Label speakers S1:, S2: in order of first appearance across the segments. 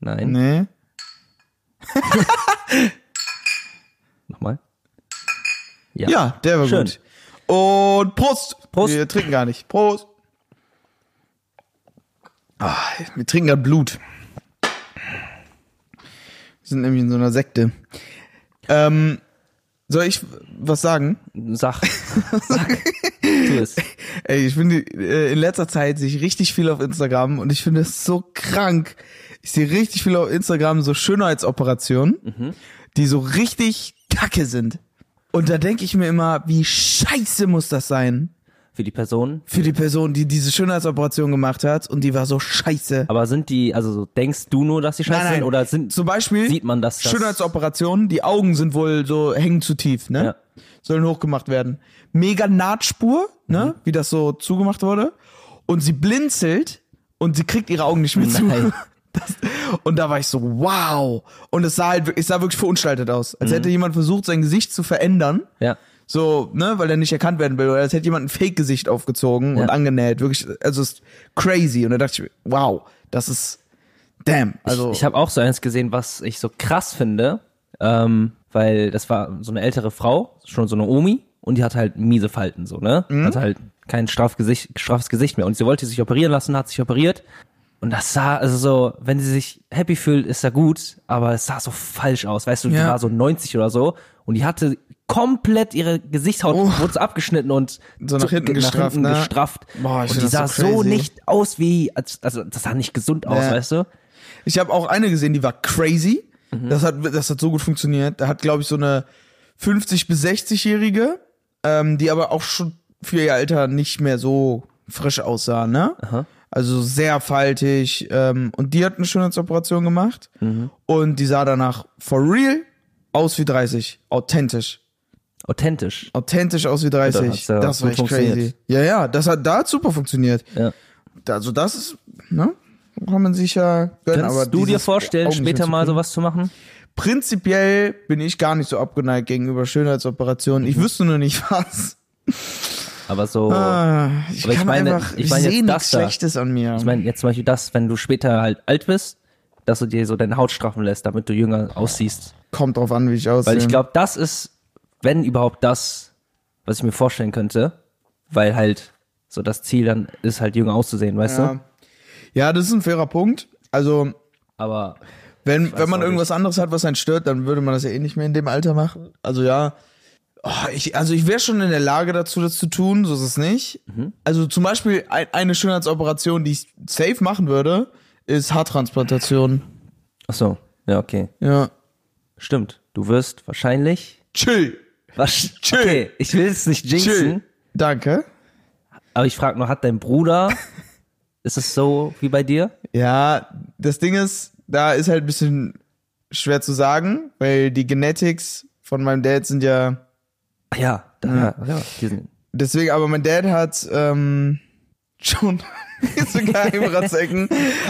S1: Nein.
S2: Nee.
S1: Nochmal. Ja.
S2: Ja, der war
S1: Schön.
S2: gut. Und Prost!
S1: Prost.
S2: Wir trinken gar nicht. Prost! Ah, wir trinken gerade Blut. Wir sind nämlich in so einer Sekte. Ähm, soll ich was sagen?
S1: Sag. Sag. tu es.
S2: Ey, ich finde äh, in letzter Zeit sehe ich richtig viel auf Instagram und ich finde es so krank. Ich sehe richtig viel auf Instagram so Schönheitsoperationen, die so richtig kacke sind. Und da denke ich mir immer, wie scheiße muss das sein
S1: Für die Person.
S2: für die Person, die diese Schönheitsoperation gemacht hat und die war so scheiße.
S1: Aber sind die, also so, denkst du nur, dass die scheiße sind? Oder sind,
S2: zum Beispiel
S1: sieht man, dass das-
S2: Schönheitsoperationen, die Augen sind wohl so hängen zu tief, ne?
S1: Ja.
S2: Sollen hochgemacht werden. Mega Nahtspur, ne?
S1: Mhm.
S2: Wie das so zugemacht wurde. Und sie blinzelt und sie kriegt ihre Augen nicht mehr zu.
S1: Nein.
S2: Das, und da war ich so, wow. Und es sah halt, es sah wirklich verunstaltet aus. Als
S1: Mhm.
S2: hätte jemand versucht, sein Gesicht zu verändern.
S1: ja.
S2: So, ne, weil er nicht erkannt werden will. Oder als hätte jemand ein Fake-Gesicht aufgezogen
S1: Ja.
S2: und angenäht. Wirklich, also es ist crazy. Und da dachte ich, wow, das ist damn. Also
S1: ich habe auch so eins gesehen, was ich so krass finde, ähm, weil das war so eine ältere Frau, schon so eine Omi, und die hat halt miese Falten, so, ne?
S2: Mhm.
S1: Hat halt kein straff Gesicht, straffes Gesicht mehr. Und sie wollte sich operieren lassen, hat sich operiert. Und das sah, also so, wenn sie sich happy fühlt, ist ja gut, aber es sah so falsch aus. Weißt du, die
S2: Ja.
S1: war so 90 oder so und die hatte komplett ihre Gesichtshaut wurde so abgeschnitten und
S2: Oh. So nach hinten gestrafft,
S1: hinten
S2: ne?
S1: gestrafft.
S2: Boah, ich
S1: und
S2: find
S1: die sah
S2: das so
S1: so
S2: crazy.
S1: nicht aus wie, als- also das sah nicht gesund aus,
S2: Nee.
S1: weißt du?
S2: Ich habe auch eine gesehen, die war crazy. Das hat das hat so gut funktioniert. Da hat glaube ich so eine 50 bis 60-jährige, ähm, die aber auch schon für ihr Alter nicht mehr so frisch aussah, ne? Also sehr faltig ähm, und die hat eine Schönheitsoperation gemacht und die sah danach for real aus wie 30, authentisch.
S1: Authentisch.
S2: Authentisch aus wie 30.
S1: Ja, hat's ja
S2: das war
S1: gut
S2: echt crazy.
S1: funktioniert.
S2: Ja, ja, das hat da hat super funktioniert.
S1: Ja.
S2: Also das ist, ne? Kann man sich ja gönnen,
S1: Kannst
S2: aber
S1: du dir
S2: dieses
S1: vorstellen,
S2: Augen nicht mehr
S1: später
S2: zu
S1: mal
S2: kriegen?
S1: sowas zu machen?
S2: Prinzipiell bin ich gar nicht so abgeneigt gegenüber Schönheitsoperationen.
S1: Mhm.
S2: Ich wüsste nur nicht was.
S1: Aber so,
S2: Ah, Ich
S1: Aber ich
S2: kann
S1: meine-
S2: einfach,
S1: ich
S2: ich,
S1: meine jetzt
S2: sehe nichts
S1: das da.
S2: Schlechtes an mir.
S1: ich meine, jetzt zum Beispiel das, wenn du später halt alt bist, dass du dir so deine Haut straffen lässt, damit du jünger aussiehst.
S2: Kommt drauf an, wie ich aussehe.
S1: Weil ich glaube, das ist, wenn überhaupt das, was ich mir vorstellen könnte, weil halt so das Ziel dann ist, halt jünger auszusehen, weißt
S2: ja.
S1: du?
S2: ja, das ist ein fairer Punkt. Also,
S1: Aber
S2: wenn, wenn man
S1: auch
S2: irgendwas anderes hat, was einen stört, dann würde man das ja eh nicht mehr in dem Alter machen. Also ja, oh, ich, also ich wäre schon in der Lage dazu, das zu tun, so ist es nicht. Also zum Beispiel ein, eine Schönheitsoperation, die ich safe machen würde, ist Haartransplantation.
S1: ach so, ja, okay.
S2: Ja.
S1: Stimmt. Du wirst wahrscheinlich
S2: Chill.
S1: was Okay, ich will es nicht jinxen,
S2: Chill. Danke.
S1: aber ich frage nur, hat dein Bruder ist es so wie bei dir?
S2: Ja, das Ding ist, da ist halt ein bisschen schwer zu sagen, weil die Genetics von meinem Dad sind ja.
S1: Ach Ja, da, ja, ja, die sind,
S2: Deswegen, aber mein Dad hat ähm, schon diese Geheimratsecken.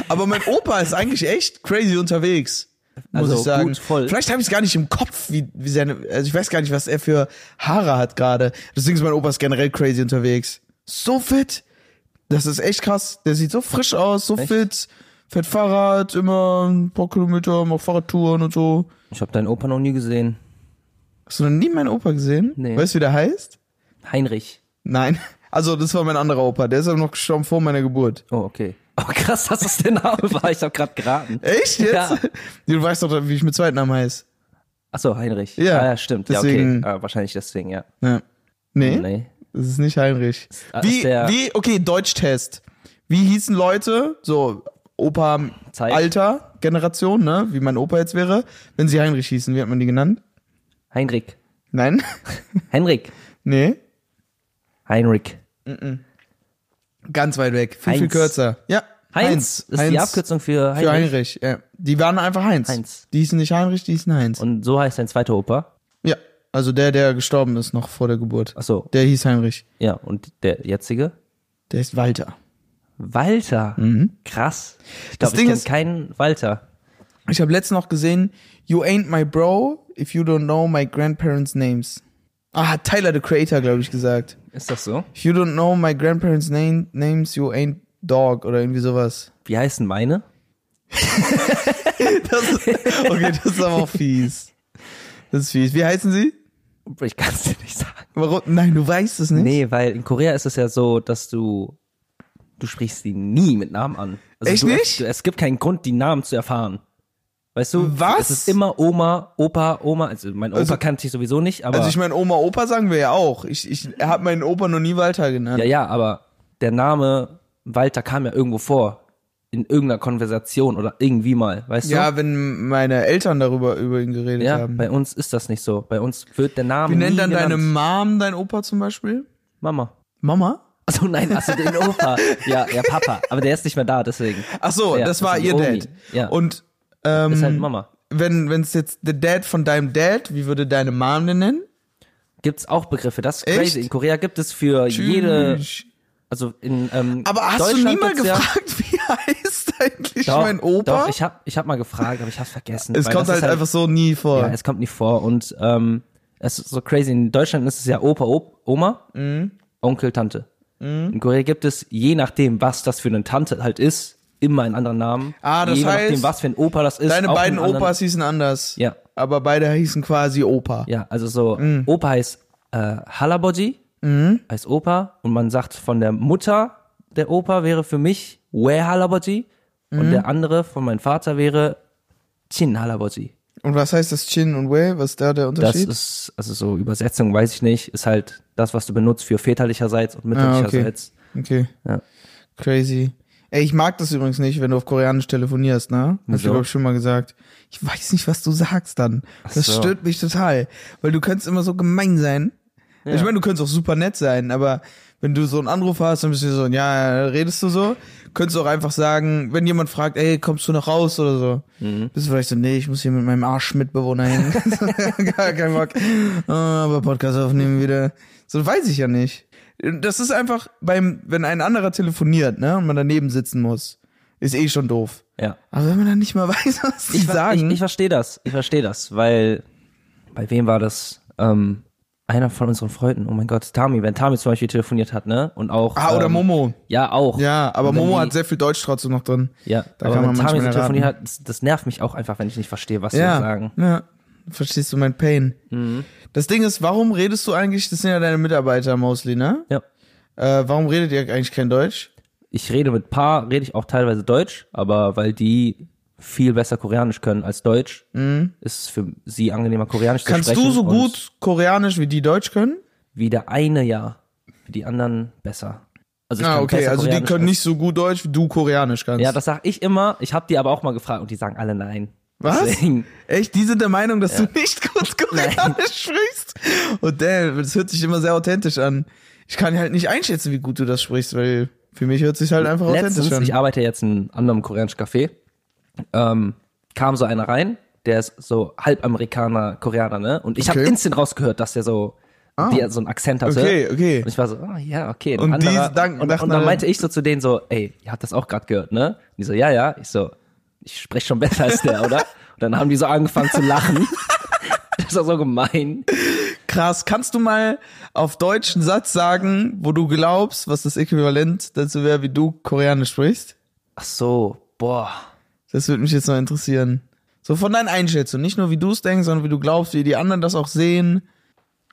S2: aber mein Opa ist eigentlich echt crazy unterwegs. Muss
S1: Also
S2: ich sagen.
S1: gut, voll.
S2: Vielleicht habe ich es gar nicht im Kopf, wie, wie seine. Also ich weiß gar nicht, was er für Haare hat gerade. Deswegen ist mein Opa ist generell crazy unterwegs. So fit. Das ist echt krass. Der sieht so frisch aus, so fit. Fährt Fahrrad, immer ein paar Kilometer, macht Fahrradtouren und so.
S1: Ich habe deinen Opa noch nie gesehen.
S2: Hast du noch nie meinen Opa gesehen?
S1: Nee.
S2: Weißt du, wie der heißt?
S1: Heinrich.
S2: Nein. Also, das war mein anderer Opa. Der ist aber noch gestorben vor meiner Geburt.
S1: Oh, okay. Oh, krass, dass das der Name war. Ich habe gerade geraten.
S2: Echt jetzt?
S1: Ja.
S2: Du weißt doch, wie ich mit Zweitnamen heiße.
S1: Achso, Heinrich.
S2: Ja,
S1: Ah, ja stimmt.
S2: deswegen- Hm?
S1: Ja, okay. Ah, wahrscheinlich deswegen, ja.
S2: Ja. Nee,
S1: Nee.
S2: das ist nicht Heinrich.
S1: ah,
S2: Wie,
S1: ist der-
S2: wie, okay, Deutschtest. Wie hießen Leute, so Opa,
S1: Zeit.
S2: Alter, Generation, ne, wie mein Opa jetzt wäre, wenn sie Heinrich hießen, wie hat man die genannt?
S1: Heinrich.
S2: Nein?
S1: Henrik.
S2: nee?
S1: Heinrich.
S2: Ganz weit weg. Viel, viel
S1: Heinz.
S2: kürzer. Ja.
S1: Heinz, ist die Abkürzung für Heinrich.
S2: Für Heinrich, ja. Die waren einfach Heinz.
S1: Heinz.
S2: Die hießen nicht Heinrich, die hießen Heinz.
S1: Und so heißt dein zweiter Opa.
S2: ja. Also der, der gestorben ist noch vor der Geburt.
S1: Achso,
S2: Der hieß Heinrich.
S1: ja. Und der jetzige?
S2: Der ist Walter.
S1: Walter. Krass. Ich
S2: Mhm. Das
S1: glaube, ich
S2: Ding
S1: kenne
S2: ist-
S1: keinen Walter.
S2: Ich habe letztens noch gesehen, You ain't my bro if you don't know my grandparents' names. Ah, hat Tyler the Creator, glaube ich, gesagt.
S1: Ist das so?
S2: If you don't know my grandparents' name, names, you ain't dog oder irgendwie sowas.
S1: Wie heißen meine?
S2: Das, okay, das ist aber auch fies. Das ist fies. Wie heißen sie?
S1: Ich kann es dir nicht sagen.
S2: Warum? Nein, du weißt es nicht.
S1: Nee, weil in Korea ist es ja so, dass du, du sprichst die nie mit Namen an. Also
S2: Echt
S1: du,
S2: nicht?
S1: Du, es gibt keinen Grund, die Namen zu erfahren. Weißt du?
S2: Was?
S1: Es ist immer Oma, Opa, Oma. Also mein Opa
S2: Also-
S1: kannte ich sowieso nicht, aber.
S2: Also ich meine, Oma, Opa sagen wir ja auch. Ich, ich habe meinen Opa noch nie Walter genannt.
S1: ja, ja, aber der Name Walter kam ja irgendwo vor. In irgendeiner Konversation oder irgendwie mal, weißt du?
S2: Ja, wenn meine Eltern darüber über ihn geredet
S1: Ja,
S2: haben.
S1: bei uns ist das nicht so. Bei uns wird der Name.
S2: Wie nennt
S1: nie
S2: dann
S1: genannt.
S2: deine Mom dein Opa zum Beispiel?
S1: Mama?
S2: Mama?
S1: Achso, nein, also den Opa. Ja, ja, Papa. Aber der ist nicht mehr da, deswegen.
S2: Ach so,
S1: Ja,
S2: das war
S1: also die
S2: ihr
S1: Omi.
S2: Dad.
S1: Ja.
S2: Und ähm,
S1: Ist halt Mama.
S2: wenn wenn es jetzt der Dad von deinem Dad, wie würde deine Mom den nennen?
S1: Gibt's auch Begriffe, das ist
S2: Echt?
S1: crazy. In Korea gibt es für jede,
S2: Tschüss.
S1: also in ähm,
S2: Aber hast du
S1: Deutschland
S2: nie mal
S1: gibt's ja-
S2: gefragt, wie heißt eigentlich
S1: Doch,
S2: mein Opa?
S1: Doch, ich hab, ich hab mal gefragt, aber ich hab's vergessen.
S2: es
S1: weil
S2: kommt
S1: das
S2: halt,
S1: ist
S2: einfach so nie vor.
S1: Ja, es kommt nie vor und ähm, es ist so crazy. In Deutschland ist es ja Opa, Op Oma,
S2: Mhm.
S1: Onkel, Tante. In Korea gibt es, je nachdem, was das für eine Tante halt ist, immer einen anderen Namen.
S2: Ah, das
S1: je nachdem,
S2: heißt,
S1: was für ein Opa das ist.
S2: Deine
S1: auch
S2: beiden
S1: einen anderen-
S2: Opas hießen anders.
S1: Ja.
S2: Aber beide hießen quasi Opa.
S1: Ja, also so,
S2: Mm.
S1: Opa heißt äh, Halaboji, heißt Opa, und man sagt von der Mutter der Opa wäre für mich We Halaboji
S2: Mm.
S1: und der andere von meinem Vater wäre Chin Halaboji.
S2: Und was heißt das Chin und Way? Was ist da der
S1: Das
S2: Unterschied?
S1: ist, also so Übersetzung weiß ich nicht, ist halt das, was du benutzt für väterlicherseits und
S2: Ah, okay.
S1: mütterlicherseits.
S2: okay.
S1: Ja.
S2: Crazy. Ey, ich mag das übrigens nicht, wenn du auf Koreanisch telefonierst, ne? Hab ich
S1: Wieso?
S2: glaube ich schon mal gesagt. Ich weiß nicht, was du sagst dann. Das
S1: so.
S2: stört mich total, weil du kannst immer so gemein sein. Ich meine, du könntest auch super nett sein, aber wenn du so einen Anruf hast, dann bist du so, ja, redest du so, könntest du auch einfach sagen, wenn jemand fragt, ey, kommst du noch raus oder so,
S1: Mhm.
S2: bist du vielleicht so, nee, ich muss hier mit meinem Arschmitbewohner hin. Gar kein Bock. Oh, aber Podcast aufnehmen wieder. So weiß ich ja nicht. Das ist einfach beim, wenn ein anderer telefoniert, ne, und man daneben sitzen muss, ist eh schon doof.
S1: Ja.
S2: Aber wenn man dann nicht mal weiß, was die
S1: Ich, ver- ich,
S2: sagen.
S1: ich verstehe das, ich verstehe das, weil bei wem war das? Ähm, einer von unseren Freunden, oh mein Gott, Tami, wenn Tami zum Beispiel telefoniert hat, ne? Und auch.
S2: ah, oder
S1: ähm,
S2: Momo.
S1: Ja, auch.
S2: Ja, aber
S1: Wenn
S2: Momo
S1: die-
S2: hat sehr viel Deutsch trotzdem noch drin.
S1: Ja,
S2: Da
S1: aber
S2: kann
S1: wenn Tami
S2: man manchmal
S1: so
S2: erraten.
S1: telefoniert hat, das, das nervt mich auch einfach, wenn ich nicht verstehe, was sie sagen. Mhm.
S2: Ja. Verstehst du mein Pain? Das Ding ist, warum redest du eigentlich, das sind ja deine Mitarbeiter mostly, ne?
S1: Ja.
S2: Äh, warum redet ihr eigentlich kein Deutsch?
S1: Ich rede mit Paar, rede ich auch teilweise Deutsch, aber weil die viel besser Koreanisch können als Deutsch, ist es für sie angenehmer, Koreanisch zu
S2: Mhm. Kannst
S1: sprechen.
S2: du so
S1: und
S2: gut Koreanisch, wie die Deutsch können?
S1: Wie der eine ja, wie die anderen besser. Also ich
S2: Ah,
S1: kann
S2: okay,
S1: besser
S2: also die
S1: Koreanisch
S2: können
S1: als-
S2: nicht so gut Deutsch, wie du Koreanisch kannst.
S1: Ja, das sag ich immer. Ich habe die aber auch mal gefragt und die sagen alle nein.
S2: Was?
S1: Deswegen,
S2: Echt? Die sind der Meinung, dass du nicht gut Koreanisch sprichst? Und damn, das hört sich immer sehr authentisch an. Ich kann halt nicht einschätzen, wie gut du das sprichst, weil für mich hört sich halt einfach
S1: Letztens,
S2: authentisch an.
S1: ich arbeite jetzt in einem anderen koreanischen Café, ähm, kam so einer rein, der ist so halb Amerikaner, Koreaner, ne? Und ich hab habe
S2: Okay. Ah.
S1: instant rausgehört, dass der so, der so einen Akzent hatte.
S2: Okay, okay.
S1: Und ich war so, ah ja, okay. ein
S2: Und die
S1: anderer,
S2: danken-
S1: und,
S2: dachten
S1: und dann
S2: alle-
S1: meinte ich so zu denen so, ey, ihr habt das auch gerade gehört, ne? Und die so, ja, ja. Ich so, ich spreche schon besser als der, oder? Und dann haben die so angefangen zu lachen. Das ist doch so gemein.
S2: Krass, kannst du mal auf Deutsch einen Satz sagen, wo du glaubst, was das Äquivalent dazu wäre, wie du Koreanisch sprichst?
S1: Ach so, boah.
S2: Das würde mich jetzt noch interessieren. So von deinen Einschätzungen, nicht nur wie du es denkst, sondern wie du glaubst, wie die anderen das auch sehen.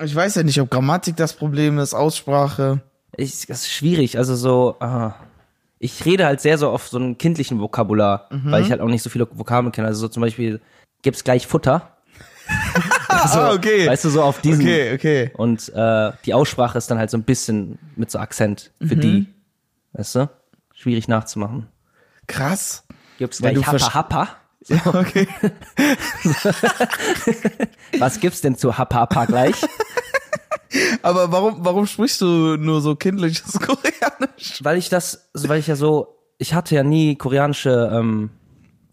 S2: Ich weiß ja nicht, ob Grammatik das Problem ist, Aussprache.
S1: ich, das ist schwierig. Also so, ah, ich rede halt sehr so auf so einem kindlichen Vokabular,
S2: Mhm.
S1: weil ich halt auch nicht so viele Vokabeln kenne. Also so zum Beispiel, gibt's gleich Futter,
S2: ah, okay.
S1: weißt du, so auf diesen.
S2: okay, okay.
S1: Und äh, die Aussprache ist dann halt so ein bisschen mit so Akzent für
S2: Mhm.
S1: die, weißt du? Schwierig nachzumachen.
S2: Krass.
S1: Gibt's
S2: Weil
S1: gleich
S2: du verst-
S1: Happa Happa?
S2: Ja, okay.
S1: Was gibt's denn zu Happa Happa gleich?
S2: Aber warum, warum sprichst du nur so kindliches Koreanisch?
S1: weil ich das, also weil ich ja so, ich hatte ja nie koreanische ähm,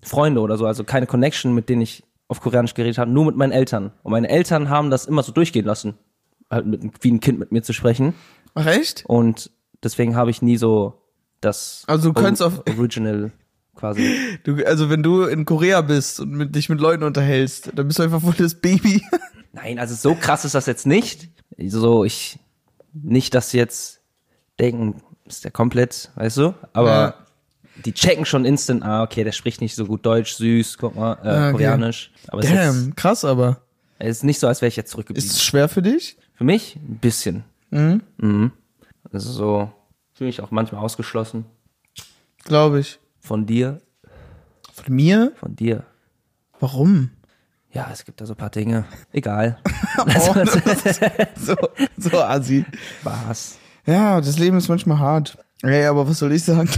S1: Freunde oder so, also keine Connection, mit denen ich auf Koreanisch geredet habe, nur mit meinen Eltern. Und meine Eltern haben das immer so durchgehen lassen, halt mit, wie ein Kind mit mir zu sprechen.
S2: Ach, echt?
S1: Und deswegen habe ich nie so das
S2: Also du könntest
S1: O-
S2: auf-
S1: Original quasi.
S2: Du, also wenn du in Korea bist und mit, dich mit Leuten unterhältst, dann bist du einfach voll das Baby.
S1: Nein, also so krass ist das jetzt nicht. So, ich, nicht, dass sie jetzt denken, ist der komplett, weißt du? Aber
S2: Ja.
S1: die checken schon instant, ah, okay, der spricht nicht so gut Deutsch, süß, guck mal, äh,
S2: Ah, okay.
S1: koreanisch. Aber es ist,
S2: Damn, krass, aber.
S1: es ist nicht so, als wäre ich jetzt zurückgeblieben.
S2: Ist es schwer für dich?
S1: Für mich ein bisschen. Mhm. Also so, fühle mich auch manchmal ausgeschlossen.
S2: Glaube ich.
S1: Von dir,
S2: Von mir?
S1: von dir.
S2: Warum?
S1: Ja, es gibt da so ein paar Dinge. Egal.
S2: Oh, das ist so, so assi.
S1: Was?
S2: Ja, das Leben ist manchmal hart. Ey, aber was soll ich sagen?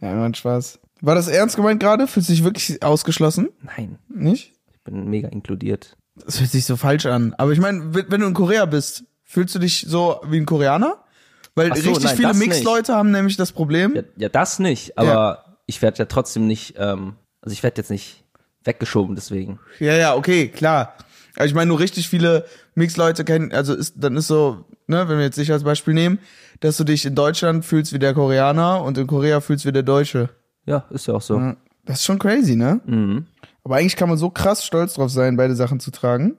S2: ja, mein Spaß. War das ernst gemeint gerade? Fühlst du dich wirklich ausgeschlossen?
S1: Nein,
S2: Nicht?
S1: ich bin mega inkludiert.
S2: Das hört sich so falsch an. Aber ich meine, wenn wenn du in Korea bist, fühlst du dich so wie ein Koreaner? Weil
S1: Ach so,
S2: richtig
S1: nein,
S2: viele
S1: das
S2: Mixed-Leute haben nämlich das Problem.
S1: Ja, ja das nicht, aber ich werde ja trotzdem nicht, ähm, also ich werde jetzt nicht weggeschoben deswegen.
S2: Ja, ja, okay, klar. Aber ich meine, nur richtig viele Mix-Leute kennen, also ist, dann ist so, ne, wenn wir jetzt dich als Beispiel nehmen, dass du dich in Deutschland fühlst wie der Koreaner und in Korea fühlst wie der Deutsche.
S1: Ja, ist ja auch so.
S2: Ja, Das ist schon crazy, ne? Aber eigentlich kann man so krass stolz drauf sein, beide Sachen zu tragen.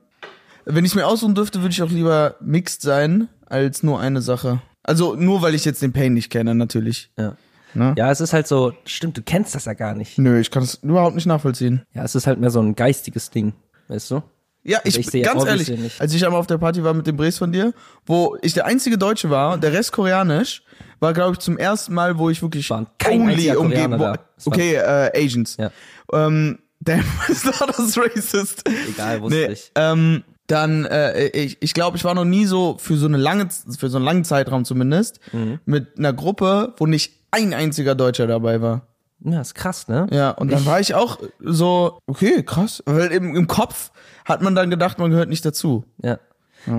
S2: Wenn ich mir aussuchen dürfte, würde ich auch lieber mixed sein, als nur eine Sache. Also nur, weil ich jetzt den Pain nicht kenne, natürlich.
S1: Ja.
S2: Ne?
S1: ja, es ist halt so, stimmt, du kennst das ja gar nicht.
S2: Nö, ich kann es überhaupt nicht nachvollziehen.
S1: Ja, es ist halt mehr so ein geistiges Ding, weißt du?
S2: Ja, ich,
S1: Also ich sehe
S2: ganz
S1: Orbis
S2: ehrlich,
S1: hier nicht.
S2: als ich einmal auf der Party war mit dem Bres von dir, wo ich der einzige Deutsche war und der Rest koreanisch, war glaube ich zum ersten Mal, wo ich wirklich
S1: Waren kein einziger Koreaner
S2: wo,
S1: da. Es waren-
S2: Okay, äh, Asians.
S1: Ja.
S2: Ähm, damn, ist doch das racist.
S1: Egal, wusste ich.
S2: Ähm, dann, äh, ich, ich glaube, ich war noch nie so für so eine lange, für so einen langen Zeitraum zumindest,
S1: Mhm.
S2: mit einer Gruppe, wo nicht ein einziger Deutscher dabei war.
S1: Ja, ist krass, ne?
S2: Ja, und dann war ich auch so, okay, krass. Weil im, im Kopf hat man dann gedacht, man gehört nicht dazu.
S1: Ja.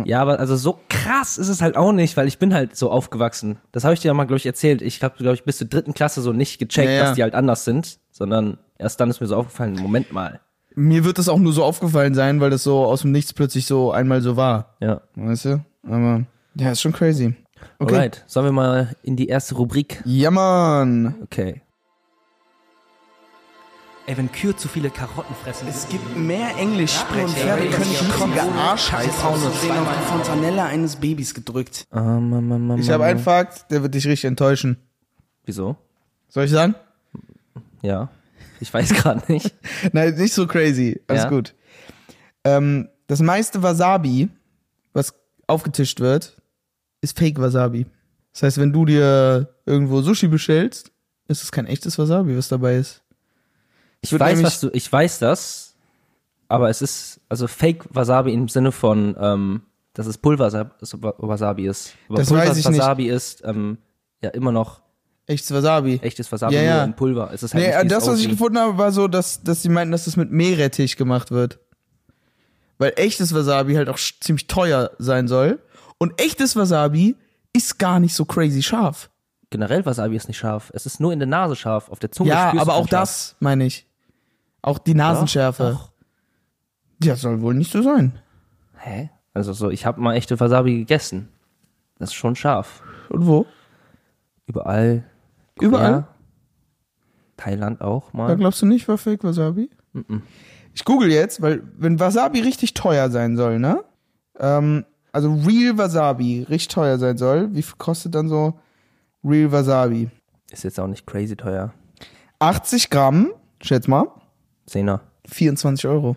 S1: Ja, aber also so krass ist es halt auch nicht, weil ich bin halt so aufgewachsen. Das habe ich dir ja mal, glaube ich, erzählt. Ich habe, glaube ich, bis zur dritten Klasse so nicht gecheckt,
S2: Ja, ja.
S1: dass die halt anders sind, sondern erst dann ist mir so aufgefallen, Moment mal.
S2: Mir wird das auch nur so aufgefallen sein, weil das so aus dem Nichts plötzlich so einmal so war.
S1: Ja.
S2: Weißt du? Aber ja, ist schon crazy. Okay.
S1: Alright, sollen wir mal in die erste Rubrik?
S2: Ja, Mann.
S1: Okay. Ey, wenn Kühe zu viele Karotten fressen,
S3: Es gibt mehr Englischsprecher. Pferde
S2: können nicht kotzen.
S3: Arschheiß aussehen auf die Fontanelle eines Babys gedrückt.
S1: Ähm, ähm, ähm, ähm,
S2: Ich habe
S1: ähm,
S2: einen Fakt, der wird dich richtig enttäuschen.
S1: Wieso?
S2: Soll ich sagen?
S1: Ja. Ich weiß gerade nicht.
S2: Nein, nicht so crazy. Alles
S1: Ja.
S2: gut. Ähm, das meiste Wasabi, was aufgetischt wird, ist Fake Wasabi. Das heißt, wenn du dir irgendwo Sushi bestellst, ist es kein echtes Wasabi, was dabei ist.
S1: Ich
S2: würd
S1: weiß,
S2: nämlich-
S1: was du, ich weiß das, aber es ist, also Fake Wasabi im Sinne von, ähm, dass es Pulver-Wasabi ist. Aber
S2: Das
S1: Pulver
S2: weiß ich nicht.
S1: Wasabi ist ähm, ja immer noch
S2: Echtes Wasabi.
S1: echtes Wasabi
S2: Ja, ja.
S1: nur in Pulver. Es ist halt
S2: Nee,
S1: nicht, wie
S2: äh,
S1: es
S2: das, was ich
S1: aussieht.
S2: gefunden habe, war so, dass, dass sie meinten, dass das mit Meerrettich gemacht wird. Weil echtes Wasabi halt auch sch- ziemlich teuer sein soll. Und echtes Wasabi ist gar nicht so crazy scharf.
S1: Generell Wasabi ist nicht scharf. Es ist nur in der Nase scharf, auf der Zunge
S2: ja,
S1: spürst du
S2: aber
S1: kein
S2: auch
S1: Scharf.
S2: das meine ich. Auch die
S1: Doch,
S2: Nasenschärfe.
S1: doch.
S2: Ja, soll wohl nicht so sein.
S1: Hä? Also so, ich habe mal echte Wasabi gegessen. Das ist schon scharf.
S2: Und wo?
S1: Überall.
S2: Überall?
S1: Ja. Thailand auch
S2: Da
S1: mal.
S2: glaubst du nicht, war Fake Wasabi? Ich google jetzt, weil wenn Wasabi richtig teuer sein soll, ne? Ähm, also Real Wasabi richtig teuer sein soll, wie viel kostet dann so Real Wasabi?
S1: Ist jetzt auch nicht crazy teuer.
S2: 80 Gramm, schätz mal,
S1: Zehner.
S2: 24 Euro.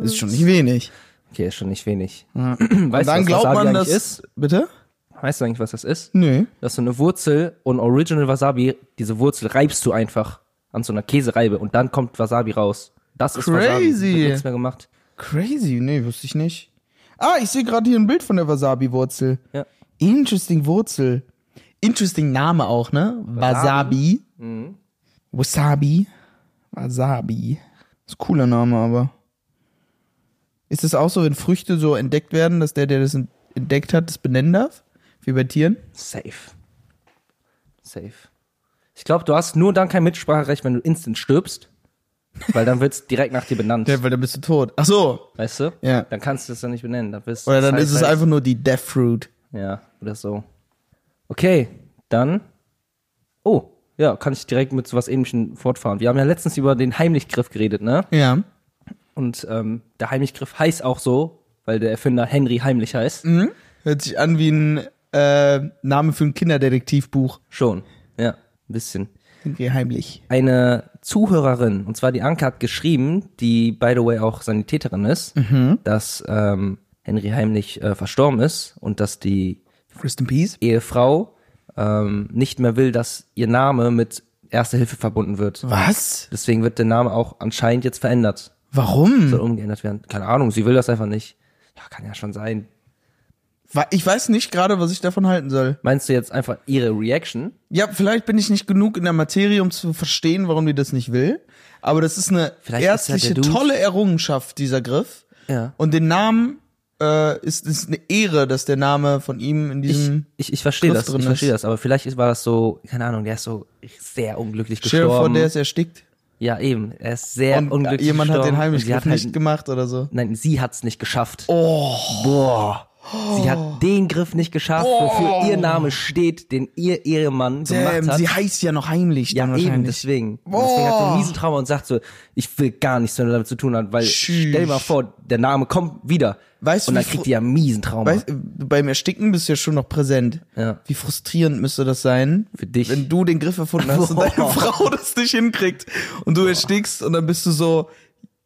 S2: Ist schon nicht wenig.
S1: Okay, ist schon nicht wenig.
S2: Ja.
S1: Weißt
S2: Dann
S1: was
S2: glaubt
S1: Wasabi
S2: man,
S1: eigentlich
S2: dass.
S1: ist?
S2: Bitte?
S1: Weißt du eigentlich, was das ist?
S2: Nö.
S1: Das ist so eine Wurzel und Original Wasabi, diese Wurzel reibst du einfach an so einer Käsereibe und dann kommt Wasabi raus. Das ist Wasabi.
S2: Crazy.
S1: Wird nichts mehr gemacht.
S2: Crazy, nee, wusste ich nicht. Ah, ich sehe gerade hier ein Bild von der Wasabi-Wurzel.
S1: Ja.
S2: Interesting Wurzel. Interesting Name auch, ne? Wasabi.
S1: Mhm.
S2: Wasabi. Wasabi. Ist ein cooler Name, aber. Ist es auch so, wenn Früchte so entdeckt werden, dass der, der das ent- entdeckt hat, das benennen darf? Wie bei Tieren?
S1: Safe. Safe. Ich glaube, du hast nur dann kein Mitspracherecht, wenn du instant stirbst, weil dann wird's direkt nach dir benannt.
S2: Ja, weil dann bist du tot. Ach so.
S1: Weißt du?
S2: Ja.
S1: Dann kannst du es dann nicht benennen. Dann bist,
S2: Oder
S1: das
S2: dann
S1: heißt
S2: ist es
S1: halt-
S2: einfach nur die Death Fruit.
S1: Ja, oder so. Okay, dann. Oh, ja, kann ich direkt mit so was Ähnlichem fortfahren. Wir haben ja letztens über den Heimlichgriff geredet, ne?
S2: Ja.
S1: Und ähm,
S2: Mhm.
S1: der Heimlichgriff heißt auch so, weil der Erfinder Henry Heimlich heißt.
S2: Hört sich an wie ein äh, Name für ein Kinderdetektivbuch.
S1: Schon. Ja, ein bisschen.
S2: Sind wir heimlich.
S1: eine Zuhörerin, und zwar die Anke hat geschrieben, die by the way auch Sanitäterin ist,
S2: Mhm.
S1: dass ähm, Henry heimlich äh, verstorben ist und dass die
S2: Rest in Peace.
S1: Ehefrau ähm, nicht mehr will, dass ihr Name mit Erste Hilfe verbunden wird.
S2: Was?
S1: Deswegen wird der Name auch anscheinend jetzt verändert,
S2: Warum?
S1: soll umgeändert werden. Keine Ahnung, sie will das einfach nicht. Ja, kann ja schon sein.
S2: Wa- Ich weiß nicht gerade, was ich davon halten soll.
S1: Meinst du jetzt einfach ihre Reaction?
S2: Ja, vielleicht bin ich nicht genug in der Materie, um zu verstehen, warum die das nicht will. Aber das ist eine
S1: Vielleicht ist ja
S2: ärztliche
S1: der Dude-
S2: tolle Errungenschaft, dieser Griff.
S1: Ja.
S2: Und den Namen äh, ist, ist eine Ehre, dass der Name von ihm in
S1: Ich,
S2: diesem.
S1: ich, ich verstehe
S2: Griff
S1: das,
S2: Mhm. drin
S1: ich verstehe
S2: ist.
S1: das, aber vielleicht ist- war das so, keine Ahnung, der ist so sehr unglücklich
S2: Stell dir
S1: gestorben.
S2: vor, der ist erstickt.
S1: Ja, eben. Er ist sehr
S2: Und
S1: unglücklich.
S2: jemand hat
S1: gestorben
S2: den
S1: und
S2: heimlich
S1: sie hat
S2: nicht
S1: halt,
S2: gemacht oder so.
S1: Nein, sie hat's nicht geschafft. Oh. Boah. Sie
S2: Oh.
S1: hat den Griff nicht geschafft, wofür ihr Name steht, den ihr Ehemann gemacht hat.
S2: sie heißt ja noch heimlich. dann
S1: ja, eben,
S2: wahrscheinlich.
S1: deswegen. Und Deswegen hat sie
S2: Boah.
S1: einen miesen Trauma und sagt so, ich will gar nichts mehr damit zu tun haben, weil
S2: Tschüss.
S1: stell dir mal vor, der Name kommt wieder.
S2: Weißt du,
S1: und dann
S2: wie
S1: kriegt
S2: fr-
S1: die ja einen miesen Trauma.
S2: Weißt, äh, beim Ersticken bist du ja schon noch präsent.
S1: Ja.
S2: Wie frustrierend müsste das sein,
S1: Für dich.
S2: wenn du den Griff erfunden hast und
S1: Boah.
S2: deine Frau das nicht hinkriegt und du erstickst und dann bist du so,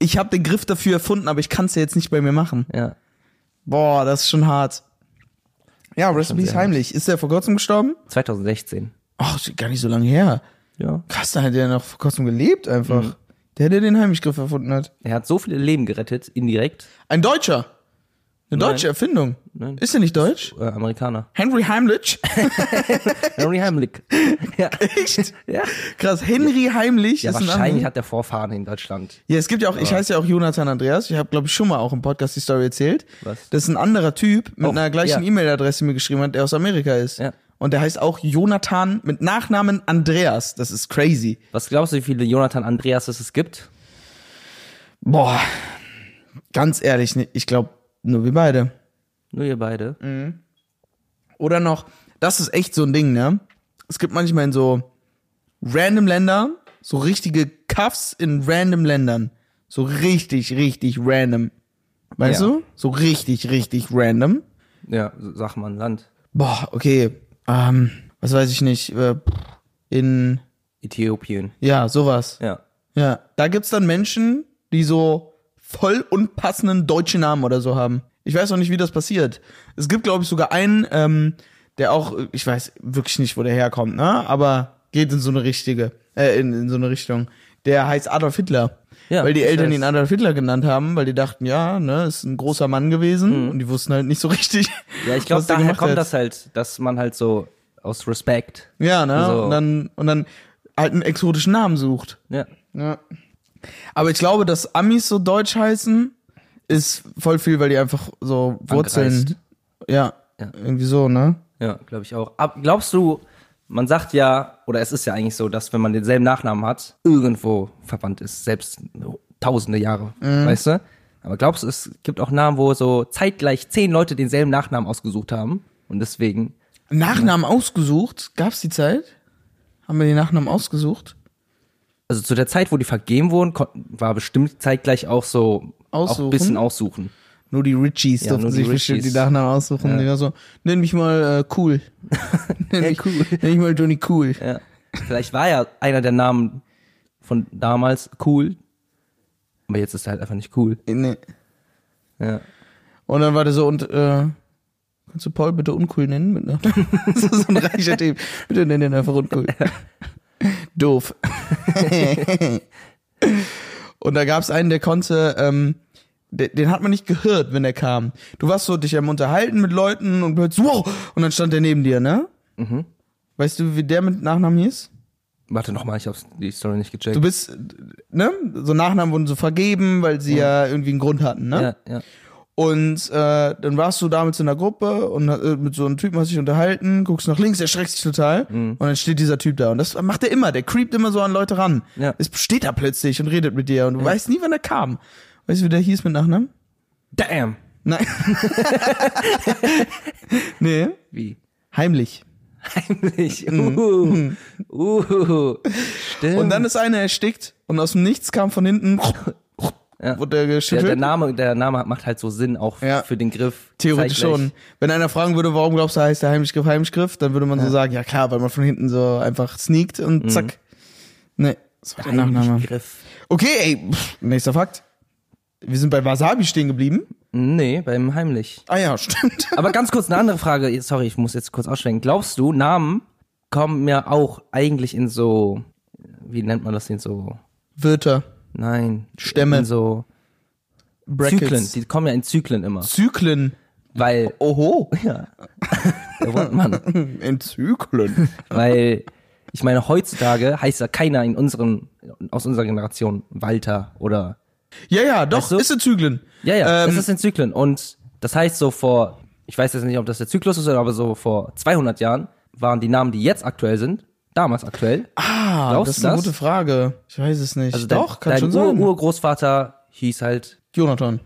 S2: ich habe den Griff dafür erfunden, aber ich kann es ja jetzt nicht bei mir machen.
S1: ja.
S2: Boah, das ist schon hart. Ja, Rest in Peace
S1: sehr
S2: heimlich. Ist der vor kurzem gestorben?
S1: 2016.
S2: Ach, ist gar nicht so lange her.
S1: Ja.
S2: Krass, da hat der noch vor kurzem gelebt einfach.
S1: Mhm.
S2: Der, der den Heimlichgriff erfunden hat.
S1: Er hat so viele Leben gerettet, indirekt.
S2: Ein Deutscher. Eine deutsche Erfindung.
S1: Nein.
S2: Ist er nicht deutsch?
S1: Äh, Amerikaner.
S2: Henry Heimlich?
S1: Henry Heimlich. Ja.
S2: Echt?
S1: ja.
S2: Krass, Henry Heimlich
S1: Ja,
S2: ist ein
S1: wahrscheinlich
S2: anderer-
S1: hat der Vorfahren in Deutschland.
S2: Ja, es gibt ja auch, ich heiße ja auch Jonathan Andreas. Ich habe, glaube ich, schon mal auch im Podcast die Story erzählt.
S1: Was?
S2: Das ist ein anderer Typ mit
S1: Oh,
S2: einer gleichen
S1: ja.
S2: E-Mail-Adresse mir geschrieben hat, der aus Amerika ist.
S1: Ja.
S2: Und der heißt auch Jonathan mit Nachnamen Andreas. Das ist crazy.
S1: Was glaubst du, wie viele Jonathan Andreas es gibt?
S2: Boah, ganz ehrlich, ne, ich glaube nur wir beide.
S1: Nur ihr beide.
S2: Mhm. Oder noch, das ist echt so ein Ding, ne? Es gibt manchmal in so random Länder, so richtige Cuffs in random Ländern. So richtig, richtig random. Weißt
S1: Ja.
S2: du? So richtig, richtig random.
S1: Ja, so- sag mal ein Land.
S2: Boah, okay. Ähm, was weiß ich nicht. Äh, in,
S1: Äthiopien.
S2: ja, sowas.
S1: Ja.
S2: Ja. Da gibt's dann Menschen, die so voll unpassenden deutschen Namen oder so haben. Ich weiß auch nicht, wie das passiert. Es gibt, glaube ich, sogar einen, ähm, der auch, ich weiß wirklich nicht, wo der herkommt, ne? Aber geht in so eine richtige, äh, in, in so eine Richtung. Der heißt Adolf Hitler.
S1: Ja,
S2: weil die
S1: ich
S2: Eltern
S1: weiß.
S2: ihn Adolf Hitler genannt haben, weil die dachten, ja, ne, ist ein großer Mann gewesen und die wussten halt nicht so richtig.
S1: Mhm. Ja, ich glaube,
S2: was der
S1: daher
S2: gemacht
S1: kommt
S2: hat.
S1: das halt, dass man halt so aus Respekt.
S2: Ja, ne?
S1: So.
S2: Und, dann, und dann halt einen exotischen Namen sucht.
S1: Ja.
S2: Ja. Aber ich glaube, dass Amis so deutsch heißen, ist voll viel, weil die einfach so Wurzeln.
S1: Angereist.
S2: Ja,
S1: Ja.
S2: irgendwie so, ne?
S1: Ja, glaube ich auch. Ab, glaubst du, man sagt ja, oder es ist ja eigentlich so, dass wenn man denselben Nachnamen hat, irgendwo verwandt ist, selbst tausende Jahre,
S2: Mhm.
S1: weißt du? Aber glaubst du, es gibt auch Namen, wo so zeitgleich zehn Leute denselben Nachnamen ausgesucht haben und deswegen
S2: Nachnamen ausgesucht? Gab's die Zeit? Haben wir die Nachnamen ausgesucht?
S1: also zu der Zeit, wo die vergeben wurden, kon- war bestimmt zeitgleich auch so auch
S2: Aussuchen?
S1: ein bisschen aussuchen.
S2: Nur die Richies
S1: Ja,
S2: durften
S1: nur die
S2: sich bestimmt die
S1: Richies.
S2: Nachnamen aussuchen. Die war so, nenn mich mal äh, cool. nenn, mich, cool. nenn mich mal Johnny Cool.
S1: Ja. Vielleicht war ja einer der Namen von damals cool, aber jetzt ist er halt einfach nicht cool.
S2: Nee.
S1: Ja.
S2: Und dann war der so, und äh, kannst du Paul bitte uncool nennen? Mit Nachnamen? das ist so ein reicher Typ. Bitte nenn den einfach uncool. Doof. und da gab es einen, der konnte, ähm, den, den hat man nicht gehört, wenn er kam. Du warst so dich am Unterhalten mit Leuten und plötzlich, wow! Und dann stand der neben dir, ne?
S1: Mhm.
S2: Weißt du, wie der mit Nachnamen hieß?
S1: Warte noch mal, ich hab's die Story nicht gecheckt.
S2: Du bist, ne? So Nachnamen wurden so vergeben, weil sie ja, irgendwie einen Grund hatten, ne?
S1: ja, ja.
S2: Und äh, dann warst du damals in der Gruppe und äh, mit so einem Typen hast dich unterhalten, guckst nach links, erschreckst dich total
S1: Mhm.
S2: und dann steht dieser Typ da. Und das macht er immer, der creept immer so an Leute ran.
S1: Ja.
S2: Es steht da plötzlich und redet mit dir und du weißt nie, wann er kam. Weißt du, wie der hieß mit Nachnamen?
S1: Damn.
S2: Nein. nee.
S1: Wie?
S2: Heimlich.
S1: Heimlich.
S2: Mhm.
S1: Uh. Uh. Stimmt.
S2: Und dann ist einer erstickt und aus dem Nichts kam von hinten
S1: Ja.
S2: wurde der
S1: Der,
S2: geschüttelt.
S1: der Name, der Name macht halt so Sinn auch
S2: Ja.
S1: für den Griff.
S2: Theoretisch schon.
S1: zeitgleich.
S2: Wenn einer fragen würde, warum glaubst du, heißt der Heimlichgriff Heimlichgriff, dann würde man so sagen, ja klar, weil man von hinten so einfach sneakt
S1: Mhm.
S2: und zack. Nee, das war der Nachname.
S1: Griff.
S2: Okay, ey, pff, nächster Fakt. Wir sind bei Wasabi stehen geblieben.
S1: Nee, beim heimlich.
S2: Ah ja, stimmt.
S1: Aber ganz kurz eine andere Frage. Sorry, ich muss jetzt kurz ausschwenken. Glaubst du, Namen kommen mir auch eigentlich in so, wie nennt man das denn so?
S2: Wörter,
S1: Nein.
S2: Stämme.
S1: In so
S2: Brackets.
S1: Zyklen. Die kommen ja in Zyklen immer.
S2: Zyklen.
S1: Weil,
S2: Oho.
S1: ja. Der Wortmann.
S2: In Zyklen.
S1: Weil, ich meine, heutzutage heißt ja keiner in unseren, aus unserer Generation Walter oder
S2: Ja, ja, doch,
S1: Weißt du?
S2: ist in Zyklen.
S1: Ja, ja,
S2: Ähm,
S1: das ist in Zyklen. Und das heißt so vor, ich weiß jetzt nicht, ob das der Zyklus ist, aber so vor 200 Jahren waren die Namen, die jetzt aktuell sind, damals aktuell.
S2: Ah,
S1: Glaubst
S2: das ist
S1: du
S2: eine
S1: das?
S2: gute Frage. Ich weiß es nicht.
S1: Also
S2: doch, kann
S1: dein
S2: schon
S1: Ur
S2: sein.
S1: Urgroßvater hieß halt,
S2: Jonathan.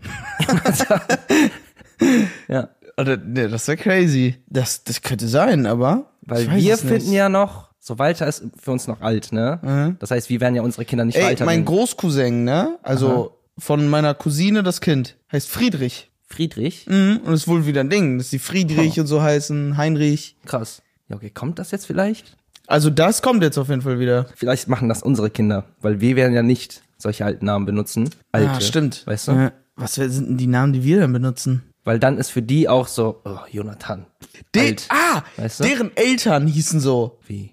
S1: ja,
S2: Oder, nee, das wäre crazy. Das, das könnte sein, aber. ich
S1: weil
S2: weiß
S1: wir
S2: es nicht.
S1: finden ja noch, so Walter ist für uns noch alt, ne? Das heißt, wir werden ja unsere Kinder nicht
S2: Mhm. Ey,
S1: Walter
S2: mein
S1: nennen.
S2: Großcousin, ne? Also von meiner Cousine das Kind. Heißt Friedrich.
S1: Friedrich?
S2: Mhm. Und ist wohl wieder ein Ding, dass die Friedrich und so heißen, Heinrich.
S1: Krass. Ja, okay, kommt das jetzt vielleicht?
S2: Also das kommt jetzt auf jeden Fall wieder.
S1: Vielleicht machen das unsere Kinder, weil wir werden ja nicht solche alten Namen benutzen. Alte,
S2: Ah, stimmt.
S1: Weißt du?
S2: Ja. Was wär- sind denn die Namen, die wir dann benutzen?
S1: Weil dann ist für die auch so, oh, Jonathan.
S2: De
S1: alt.
S2: ah,
S1: Weißt du?
S2: deren Eltern hießen so.
S1: Wie?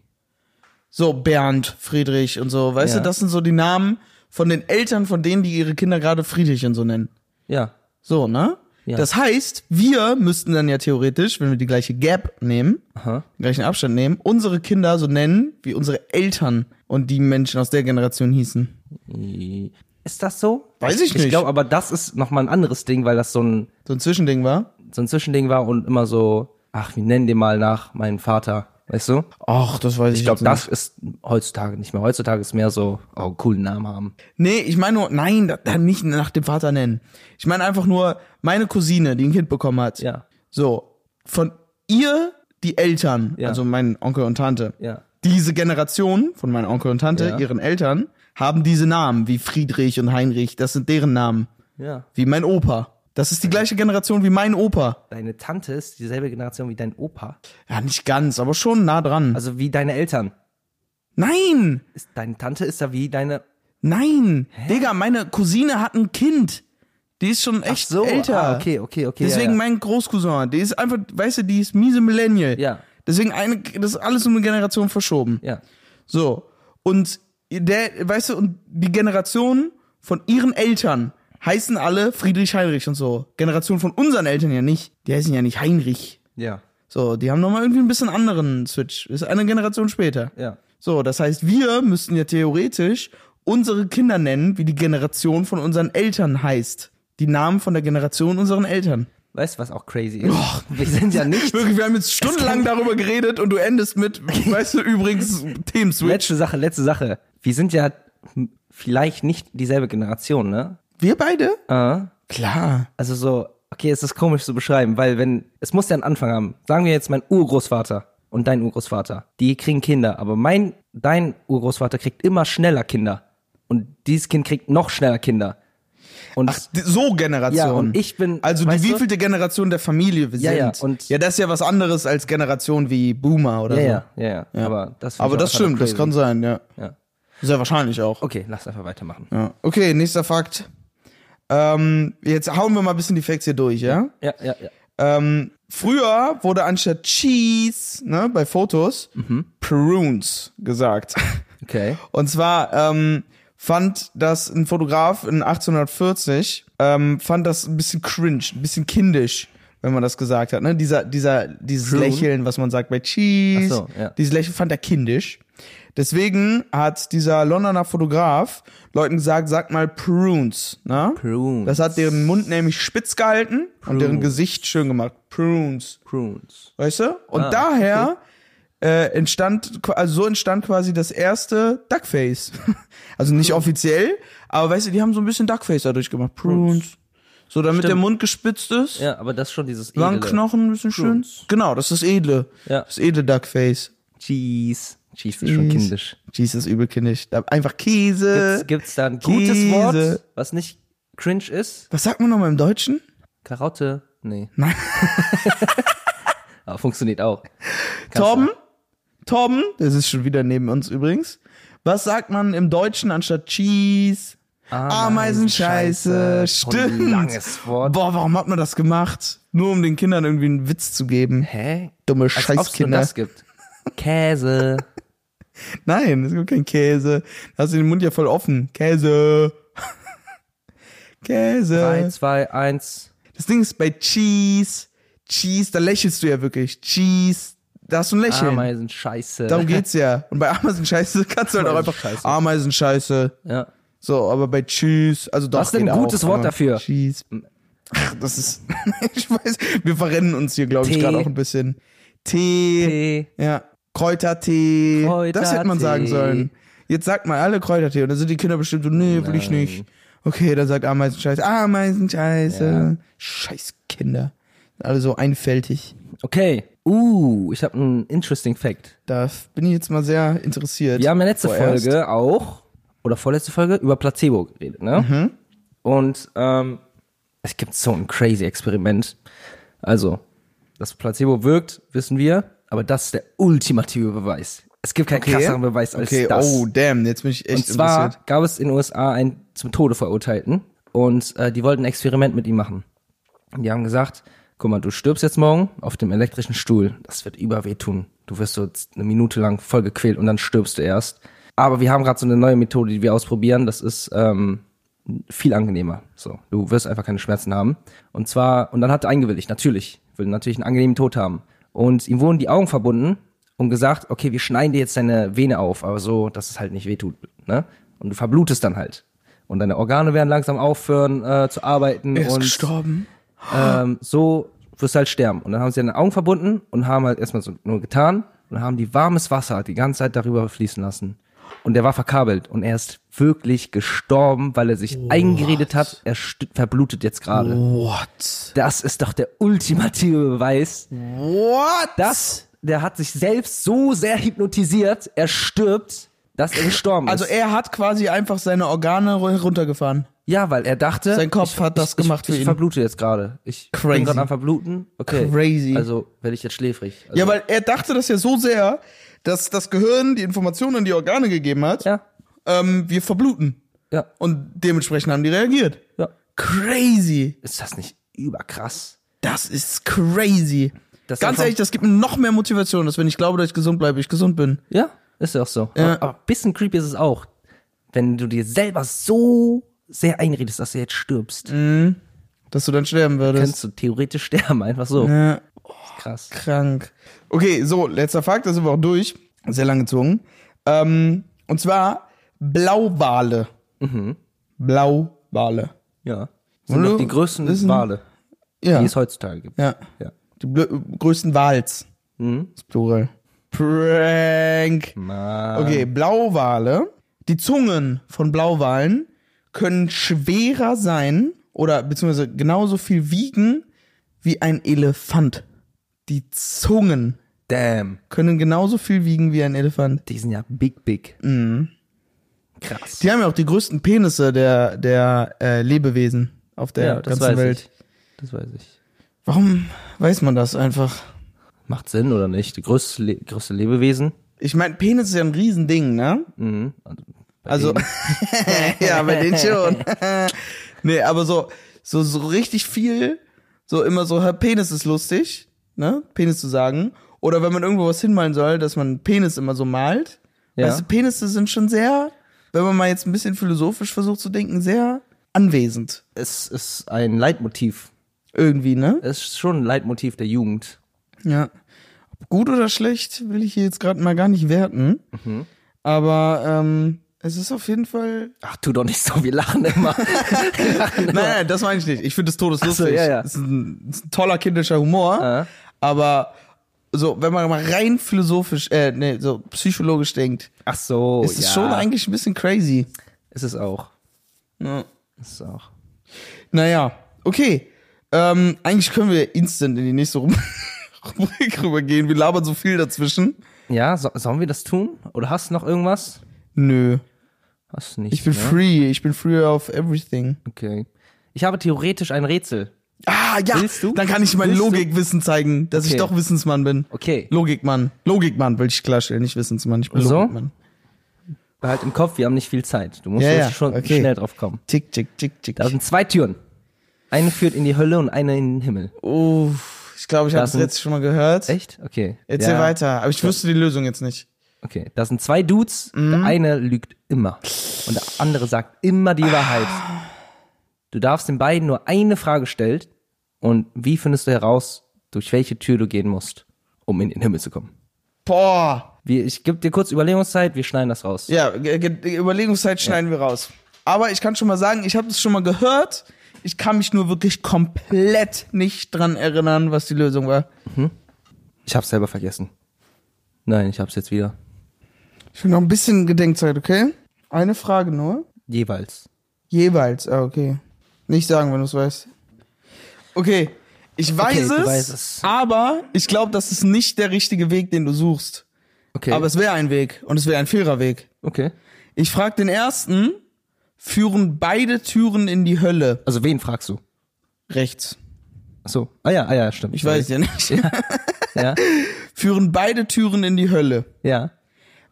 S2: So Bernd, Friedrich und so. Weißt
S1: Ja.
S2: du, das sind so die Namen von den Eltern von denen, die ihre Kinder gerade Friedrich und so nennen.
S1: Ja.
S2: So, ne?
S1: Ja.
S2: Das heißt, wir müssten dann ja theoretisch, wenn wir die gleiche Gap nehmen,
S1: Aha.
S2: den gleichen Abstand nehmen, unsere Kinder so nennen, wie unsere Eltern und die Menschen aus der Generation hießen.
S1: Ist das so?
S2: Weiß ich nicht.
S1: Ich glaube, aber das ist nochmal ein anderes Ding, weil das so ein,
S2: So ein Zwischending war.
S1: so ein Zwischending war und immer so, ach, wir nennen den mal nach meinen Vater. Weißt du?
S2: Ach, das weiß ich
S1: Ich glaube,
S2: jetzt
S1: das ist heutzutage nicht mehr. Heutzutage ist mehr so, oh, coolen Namen haben.
S2: Nee, ich meine nur, nein, da, da nicht nach dem Vater nennen. Ich meine einfach nur, meine Cousine, die ein Kind bekommen hat.
S1: Ja.
S2: So, von ihr die Eltern,
S1: Ja.
S2: also mein Onkel und Tante.
S1: Ja.
S2: Diese Generation von meinem Onkel und Tante,
S1: Ja.
S2: ihren Eltern, haben diese Namen wie Friedrich und Heinrich. Das sind deren Namen.
S1: Ja.
S2: Wie mein Opa. Das ist die gleiche Generation wie mein Opa.
S1: Deine Tante ist dieselbe Generation wie dein Opa.
S2: Ja, nicht ganz, aber schon nah dran.
S1: Also wie deine Eltern.
S2: nein!
S1: Ist, deine Tante ist ja wie deine.
S2: Nein! Digga, meine Cousine hat ein Kind. Die ist schon echt älter.
S1: Ah, okay, okay, okay.
S2: Deswegen
S1: ja,
S2: mein Großcousin, die ist einfach, weißt du, die ist miese Millennial.
S1: Ja.
S2: Deswegen eine, das ist alles um eine Generation verschoben.
S1: ja. ja.
S2: So. Und der, weißt du, und die Generation von ihren Eltern heißen alle Friedrich Heinrich und so. Generation von unseren Eltern ja nicht. Die heißen ja nicht Heinrich.
S1: Ja.
S2: So, die haben nochmal irgendwie ein bisschen anderen Switch. Ist eine Generation später.
S1: Ja.
S2: So, das heißt, wir müssten ja theoretisch unsere Kinder nennen, wie die Generation von unseren Eltern heißt. Die Namen von der Generation unseren Eltern.
S1: Weißt du, was auch crazy ist? Wir sind ja nicht.
S2: Wirklich, wir haben jetzt stundenlang darüber geredet und du endest mit, weißt du, übrigens, Themenswitch.
S1: Letzte Sache, letzte Sache. Wir sind ja hm, vielleicht nicht dieselbe Generation, ne?
S2: Wir beide?
S1: Äh,
S2: Klar.
S1: also so, okay, es ist komisch zu beschreiben, weil wenn, es muss ja einen Anfang haben. Sagen wir jetzt mein Urgroßvater und dein Urgroßvater. Die kriegen Kinder, aber mein, dein Urgroßvater kriegt immer schneller Kinder. Und dieses Kind kriegt noch schneller Kinder. Und
S2: Ach, die- so Generation.
S1: Ja, und ich bin-
S2: Also die
S1: weißt du?
S2: wievielte Generation der Familie wir
S1: Ja,
S2: sind.
S1: ja, und-
S2: ja, das ist ja was anderes als Generation wie Boomer oder
S1: ja,
S2: so.
S1: ja, ja, ja, Aber das, find
S2: also. Aber
S1: ich
S2: das
S1: auch einfach
S2: stimmt, das
S1: crazy.
S2: kann sein, ja.
S1: Ja.
S2: Sehr wahrscheinlich auch.
S1: Okay, lass einfach weitermachen.
S2: Ja. Okay, nächster Fakt. Ähm, jetzt hauen wir mal ein bisschen die Facts hier durch, ja?
S1: Ja, ja, ja.
S2: Ähm, früher wurde anstatt Cheese, ne, bei Fotos, Prunes gesagt.
S1: Okay.
S2: Und zwar ähm, fand das ein Fotograf in 1840, ähm, fand das ein bisschen cringe, ein bisschen kindisch, wenn man das gesagt hat. Ne? Dieser, dieser, dieses
S1: Prune?
S2: Lächeln, was man sagt bei Cheese,
S1: Ach so, ja.
S2: dieses Lächeln fand er kindisch. Deswegen hat dieser Londoner Fotograf Leuten gesagt, sagt mal Prunes. Ne?
S1: Prunes.
S2: Das hat deren Mund nämlich spitz gehalten und deren Gesicht schön gemacht. Prunes.
S1: Prunes.
S2: Weißt du?
S1: Ah,
S2: Und daher äh, entstand, qu- also so entstand quasi das erste Duckface. also
S1: Hm.
S2: nicht offiziell, aber weißt du, die haben so ein bisschen Duckface dadurch gemacht. Prunes. So, damit der Mund gespitzt ist.
S1: Ja, aber das ist schon dieses
S2: Langen
S1: edle.
S2: Knochen, ein bisschen schön.
S1: Prunes.
S2: Genau, das ist edle.
S1: Ja.
S2: Das edle Duckface.
S1: Cheese. Cheese ist schon
S2: Cheese.
S1: kindisch.
S2: Jesus, übel kindisch. Da- Einfach Käse.
S1: Gibt's, gibt's da ein gutes
S2: Käse.
S1: Wort, was nicht cringe ist?
S2: Was sagt man nochmal im Deutschen?
S1: Karotte? Nee.
S2: Nein.
S1: Aber funktioniert auch. Kannst
S2: Torben?
S1: du-
S2: Torben? Das ist schon wieder neben uns übrigens. Was sagt man im Deutschen anstatt Cheese? Ameisenscheiße.
S1: Schon ein
S2: Stimmt.
S1: Langes Wort.
S2: Boah, warum hat man das gemacht? Nur um den Kindern irgendwie einen Witz zu geben.
S1: Hä?
S2: Dumme
S1: Als ob es nur
S2: Scheißkinder.
S1: das gibt. Käse.
S2: Äh. Nein, es gibt keinen Käse. Da hast du den Mund ja voll offen. Käse. Käse.
S1: 3, 2, 1.
S2: Das Ding ist bei Cheese. Cheese, da lächelst du ja wirklich. Cheese. Da hast du ein Lächeln.
S1: Ameisenscheiße.
S2: Darum geht's ja. Und bei Ameisenscheiße kannst du halt auch einfach
S1: Ameisenscheiße.
S2: Ameisenscheiße.
S1: Ja.
S2: So, aber bei Tschüss, also doch.
S1: Was ist denn ein
S2: geht
S1: gutes
S2: auch,
S1: Wort
S2: aber
S1: dafür?
S2: Tschüss. Ach, das ist, ich weiß, wir verrennen uns hier, glaube ich,
S1: Tee.
S2: gerade auch ein bisschen. Tee,
S1: Tee.
S2: ja, Kräutertee, das
S1: Kräutertee.
S2: hätte man sagen sollen. Jetzt sagt mal alle Kräutertee und dann sind die Kinder bestimmt so, nee, will ich
S1: Nein.
S2: nicht. Okay, dann sagt Ameisenscheiße, Ameisenscheiße. Scheiß Kinder. Alle so einfältig.
S1: Okay. Uh, ich habe einen interesting Fact.
S2: Da bin ich jetzt mal sehr interessiert.
S1: Wir haben ja letzte
S2: Vorerst.
S1: Folge auch, oder vorletzte Folge, über Placebo geredet, ne?
S2: Mhm.
S1: Und ähm, es gibt so ein crazy Experiment. Also, das Placebo wirkt, wissen wir, aber das ist der ultimative Beweis. Es gibt keinen krasseren Beweis als
S2: okay.
S1: das.
S2: Oh, damn, jetzt bin ich echt
S1: Und zwar
S2: interessiert.
S1: gab es in den USA einen zum Tode verurteilten und äh, die wollten ein Experiment mit ihm machen. Und die haben gesagt, guck mal, du stirbst jetzt morgen auf dem elektrischen Stuhl. Das wird überweh tun. Du wirst so jetzt eine Minute lang voll gequält und dann stirbst du erst. Aber wir haben gerade so eine neue Methode, die wir ausprobieren. Das ist ähm, viel angenehmer. So, du wirst einfach keine Schmerzen haben. Und zwar, und dann hat er eingewilligt, natürlich. Will natürlich einen angenehmen Tod haben. Und ihm wurden die Augen verbunden und gesagt, okay, wir schneiden dir jetzt deine Vene auf, aber so, dass es halt nicht wehtut. Ne? Und du verblutest dann halt. Und deine Organe werden langsam aufhören äh, zu arbeiten.
S2: Er ist
S1: und
S2: gestorben.
S1: ähm, so wirst du halt sterben. Und dann haben sie deine Augen verbunden und haben halt erstmal so nur getan und haben die warmes Wasser halt die ganze Zeit darüber fließen lassen. Und der war verkabelt und er ist wirklich gestorben, weil er sich eingeredet hat, er st- verblutet jetzt gerade.
S2: What?
S1: Das ist doch der ultimative Beweis.
S2: What?
S1: Das, der hat sich selbst so sehr hypnotisiert, er stirbt, dass er gestorben
S2: Also
S1: ist.
S2: er hat quasi einfach seine Organe ru- runtergefahren.
S1: ja, weil er dachte,
S2: Sein Kopf hat das gemacht
S1: ich,
S2: für
S1: ich
S2: ihn.
S1: verblute jetzt gerade. Ich
S2: Crazy.
S1: bin gerade am verbluten. Okay.
S2: Crazy.
S1: Also werde ich jetzt schläfrig. Also,
S2: Ja, weil er dachte das ja so sehr, dass das Gehirn die Informationen an die Organe gegeben hat.
S1: ja,
S2: Ähm, wir verbluten.
S1: ja,
S2: Und dementsprechend haben die reagiert.
S1: ja.
S2: Crazy.
S1: Ist das nicht überkrass?
S2: Das ist crazy.
S1: Das
S2: Ganz
S1: einfach-
S2: ehrlich, das gibt mir noch mehr Motivation, dass wenn ich glaube, dass ich gesund bleibe, ich gesund bin.
S1: Ja, ist ja auch so.
S2: Ja.
S1: Aber, aber ein bisschen creepy ist es auch, wenn du dir selber so sehr einredest, dass du jetzt stirbst.
S2: Dass du dann sterben würdest.
S1: Kannst du theoretisch sterben, einfach so.
S2: Ja.
S1: Krass.
S2: Krank. Okay, so, letzter Fakt, da sind wir auch durch. Sehr lang gezogen. Ähm, und zwar Blauwale. Blauwale.
S1: Ja.
S2: Und
S1: Sind
S2: du-
S1: doch die größten
S2: wissen-
S1: Wale,
S2: Ja.
S1: die
S2: Die,
S1: es heutzutage gibt.
S2: ja.
S1: Ja.
S2: die blö- größten Wals. Das ist Plural. Prank.
S1: Man.
S2: Okay, Blauwale. Die Zungen von Blauwalen können schwerer sein oder beziehungsweise genauso viel wiegen wie ein Elefant. Die Zungen
S1: Damn.
S2: können genauso viel wiegen wie ein Elefant.
S1: Die sind ja big, big. Mhm. Krass.
S2: Die haben ja auch die größten Penisse der, der äh, Lebewesen auf der
S1: ja, das
S2: ganzen
S1: weiß
S2: Welt.
S1: ich. Das weiß ich.
S2: Warum weiß man das einfach?
S1: Macht Sinn oder nicht? Die größte, Le größte Lebewesen.
S2: Ich meine, Penis ist ja ein Riesending, ne?
S1: Mhm. Also, bei
S2: Also,
S1: denen-
S2: ja, bei denen schon. nee, aber so, so, so richtig viel, so immer so, Herr Penis ist lustig, ne? Penis zu sagen. Oder wenn man irgendwo was hinmalen soll, dass man Penis immer so malt.
S1: Ja.
S2: Weißt du, Penisse sind schon sehr, wenn man mal jetzt ein bisschen philosophisch versucht zu denken, sehr anwesend.
S1: es ist ein Leitmotiv.
S2: Irgendwie, ne?
S1: Es ist schon ein Leitmotiv der Jugend.
S2: Ja. Ob gut oder schlecht, will ich hier jetzt gerade mal gar nicht werten. Aber ähm, es ist auf jeden Fall.
S1: Ach, tu doch nicht so, wir lachen immer.
S2: Nein, nein, das meine ich nicht. Ich finde es
S1: Ach
S2: todeslustig.
S1: so, ja, ja.
S2: Ist, ein, ist ein toller kindischer Humor.
S1: Ja.
S2: Aber so, wenn man mal rein philosophisch, äh, nee, so psychologisch denkt,
S1: Ach so,
S2: ist es schon eigentlich ein bisschen crazy.
S1: Ist es auch.
S2: Ja.
S1: Ist es auch.
S2: Naja, okay. Ähm, eigentlich können wir instant in die nächste Rum- Rubrik rübergehen. Wir labern so viel dazwischen.
S1: Ja, so, sollen wir das tun? Oder hast du noch irgendwas?
S2: Nö.
S1: Hast du nicht.
S2: Ich bin
S1: ne?
S2: free. Ich bin free of everything.
S1: Okay. Ich habe theoretisch ein Rätsel.
S2: Ah, ja.
S1: Willst du?
S2: Dann kann ich mein
S1: Willst du?
S2: Logikwissen zeigen, dass ich
S1: Okay.
S2: doch Wissensmann bin.
S1: Okay.
S2: Logikmann. Logikmann, will ich klarstellen, nicht Wissensmann. Ich bin
S1: So?
S2: Logikmann.
S1: Behalt halt im Kopf, wir haben nicht viel Zeit. Du musst
S2: Ja, ja,
S1: schon
S2: okay.
S1: schnell drauf kommen.
S2: Tick, tick, tick, tick.
S1: Da sind zwei Türen. Eine führt in die Hölle und eine in den Himmel.
S2: Oh. Uff, ich glaube, ich habe
S1: Das
S2: das
S1: sind-
S2: letzte schon mal gehört.
S1: Echt? Okay.
S2: Erzähl
S1: Ja.
S2: weiter. Aber ich wüsste die Lösung jetzt nicht.
S1: Okay, da sind zwei Dudes,
S2: Mhm.
S1: der eine lügt immer und der andere sagt immer die Wahrheit. Du darfst den beiden nur eine Frage stellen und wie findest du heraus, durch welche Tür du gehen musst, um in den Himmel zu kommen?
S2: Boah.
S1: Wir, ich gebe dir kurz Überlegungszeit, wir schneiden das raus.
S2: Ja, Ge- Ge- Überlegungszeit schneiden wir raus. Aber ich kann schon mal sagen, ich habe das schon mal gehört. Ich kann mich nur wirklich komplett nicht dran erinnern, was die Lösung war.
S1: Ich hab's selber vergessen. Nein, ich hab's jetzt wieder.
S2: Ich will noch ein bisschen Gedenkzeit, okay? Eine Frage nur.
S1: Jeweils.
S2: Jeweils, ah, okay. Nicht sagen, wenn du es weißt. Okay, ich weiß,
S1: du
S2: es,
S1: weißt es.
S2: aber ich glaube, das ist nicht der richtige Weg, den du suchst.
S1: Okay.
S2: Aber es wäre ein Weg und es wäre ein fairer Weg.
S1: okay.
S2: Ich frage den ersten, führen beide Türen in die Hölle?
S1: Also wen fragst du?
S2: Rechts.
S1: Ach so. Ah ja, ah ja, stimmt.
S2: Ich weiß ja nicht.
S1: Ja.
S2: Führen beide Türen in die Hölle?
S1: Ja.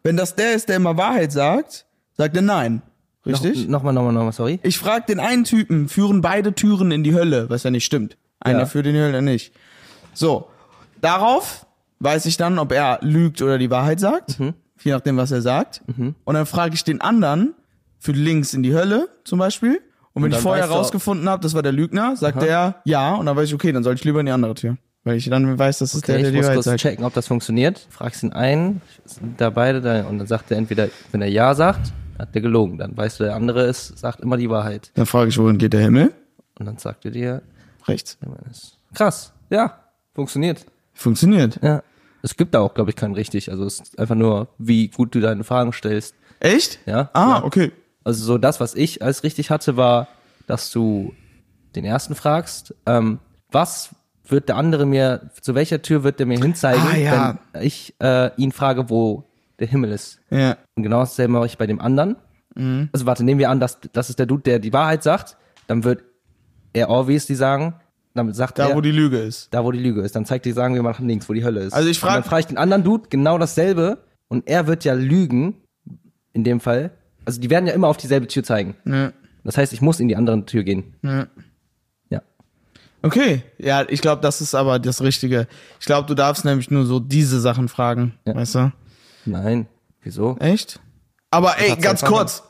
S2: Wenn das der ist, der immer Wahrheit sagt, sagt er nein. Richtig?
S1: Noch, nochmal, nochmal, nochmal, sorry.
S2: Ich frage den einen Typen, führen beide Türen in die Hölle, was ja nicht stimmt. Einer
S1: Ja.
S2: führt in die Hölle, einer nicht. So, darauf weiß ich dann, ob er lügt oder die Wahrheit sagt,
S1: Mhm.
S2: je nachdem, was er sagt. Und dann frage ich den anderen, führt links in die Hölle zum Beispiel. Und wenn
S1: dann
S2: ich vorher
S1: weißt du-
S2: rausgefunden habe, das war der Lügner, sagt er ja. Und dann weiß ich, okay, dann soll ich lieber in die andere Tür. Weil ich dann weiß, das ist
S1: Okay,
S2: der, der
S1: ich
S2: die
S1: muss
S2: Wahrheit
S1: kurz
S2: sagt.
S1: checken, ob das funktioniert. Fragst ihn ein, sind da beide da und dann sagt er entweder, wenn er ja sagt, hat der gelogen. Dann weißt du, der andere ist, sagt immer die Wahrheit.
S2: Dann frage ich, wohin geht der Himmel?
S1: Und dann sagt er dir,
S2: Rechts.
S1: wenn man ist- krass, ja, funktioniert.
S2: Funktioniert.
S1: Ja. Es gibt da auch, glaube ich, keinen richtig. Also es ist einfach nur, wie gut du deine Fragen stellst.
S2: Echt?
S1: Ja.
S2: Ah, okay.
S1: Also so das, was ich als richtig hatte, war, dass du den ersten fragst, ähm, was wird der andere mir, zu welcher Tür wird der mir hinzeigen,
S2: Ah, ja.
S1: wenn ich äh, ihn frage, wo der Himmel ist.
S2: Ja.
S1: Und genau dasselbe mache ich bei dem anderen.
S2: Mhm.
S1: Also warte, nehmen wir an, dass das ist der Dude, der die Wahrheit sagt, dann wird er obviously sagen, dann sagt
S2: Da,
S1: er,
S2: wo die Lüge ist.
S1: da wo die Lüge ist, dann zeigt die, sagen wir machen links, wo die Hölle ist.
S2: Also ich frag-
S1: Und dann frage ich den anderen Dude genau dasselbe und er wird ja lügen, in dem Fall. Also die werden ja immer auf dieselbe Tür zeigen.
S2: Ja.
S1: Das heißt, ich muss in die andere Tür gehen. Ja.
S2: Okay, ja, ich glaube, das ist aber das Richtige. Ich glaube, du darfst nämlich nur so diese Sachen fragen,
S1: Ja.
S2: weißt du?
S1: Nein. Wieso?
S2: Echt? Aber ey,
S1: hat's
S2: ganz
S1: einfach
S2: kurz.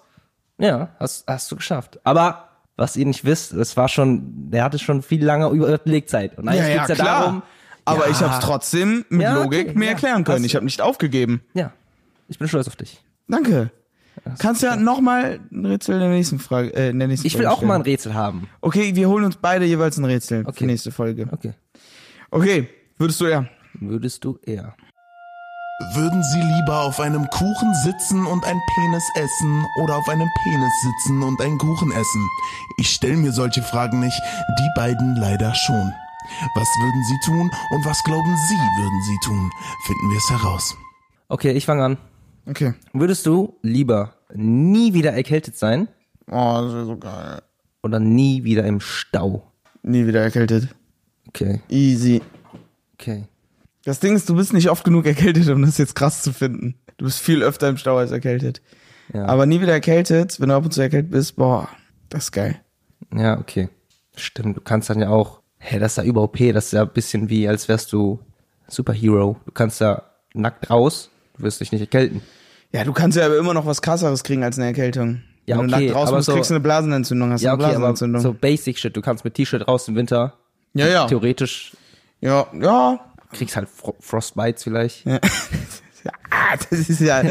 S1: Ja, hast, hast du geschafft. Aber was ihr nicht wisst, es war schon, der hatte schon viel lange Überlegzeit. Und eigentlich geht's ja darum.
S2: aber
S1: ja,
S2: ich habe es trotzdem mit
S1: Ja,
S2: Logik
S1: okay,
S2: mir
S1: ja.
S2: erklären können.
S1: Hast-
S2: Ich habe nicht aufgegeben.
S1: Ja. Ich bin stolz auf dich.
S2: Danke. Kannst ja nochmal ein Rätsel in der nächsten Frage. Äh, in der nächsten
S1: Ich will
S2: Folge
S1: auch mal ein
S2: stellen.
S1: Rätsel haben.
S2: Okay, wir holen uns beide jeweils ein Rätsel okay. für
S1: Okay.
S2: nächste Folge.
S1: Okay.
S2: Okay, würdest du ja.
S1: Würdest du eher.
S4: Würden Sie lieber auf einem Kuchen sitzen und ein Penis essen oder auf einem Penis sitzen und einen Kuchen essen? Ich stelle mir solche Fragen nicht, die beiden leider schon. Was würden Sie tun und was glauben Sie, würden Sie tun? Finden wir es heraus.
S1: Okay, ich fange an.
S2: Okay.
S1: Würdest du lieber nie wieder erkältet sein
S2: Oh, das wäre so geil.
S1: oder nie wieder im Stau?
S2: Nie wieder erkältet.
S1: Okay,
S2: Easy.
S1: okay.
S2: Das Ding ist, du bist nicht oft genug erkältet, um das jetzt krass zu finden. Du bist viel öfter im Stau als erkältet.
S1: Ja.
S2: Aber nie wieder erkältet, wenn du ab und zu erkältet bist, boah, das ist geil.
S1: Ja, okay. Stimmt, du kannst dann ja auch, hä, das ist ja über OP, das ist ja ein bisschen wie, als wärst du Superhero. Du kannst da nackt raus, du wirst dich nicht erkälten.
S2: Ja, du kannst ja aber immer noch was krasseres kriegen als eine Erkältung.
S1: Ja,
S2: wenn
S1: okay,
S2: du nackt raus
S1: aber
S2: bist,
S1: so-
S2: kriegst du eine Blasenentzündung, hast
S1: Ja,
S2: eine
S1: okay, aber
S2: Blasenentzündung.
S1: so basic shit, du kannst mit T-Shirt raus im Winter,
S2: ja, ja.
S1: theoretisch
S2: Ja, ja.
S1: kriegst halt Fro Frostbites vielleicht.
S2: ja. ah, das ist ja.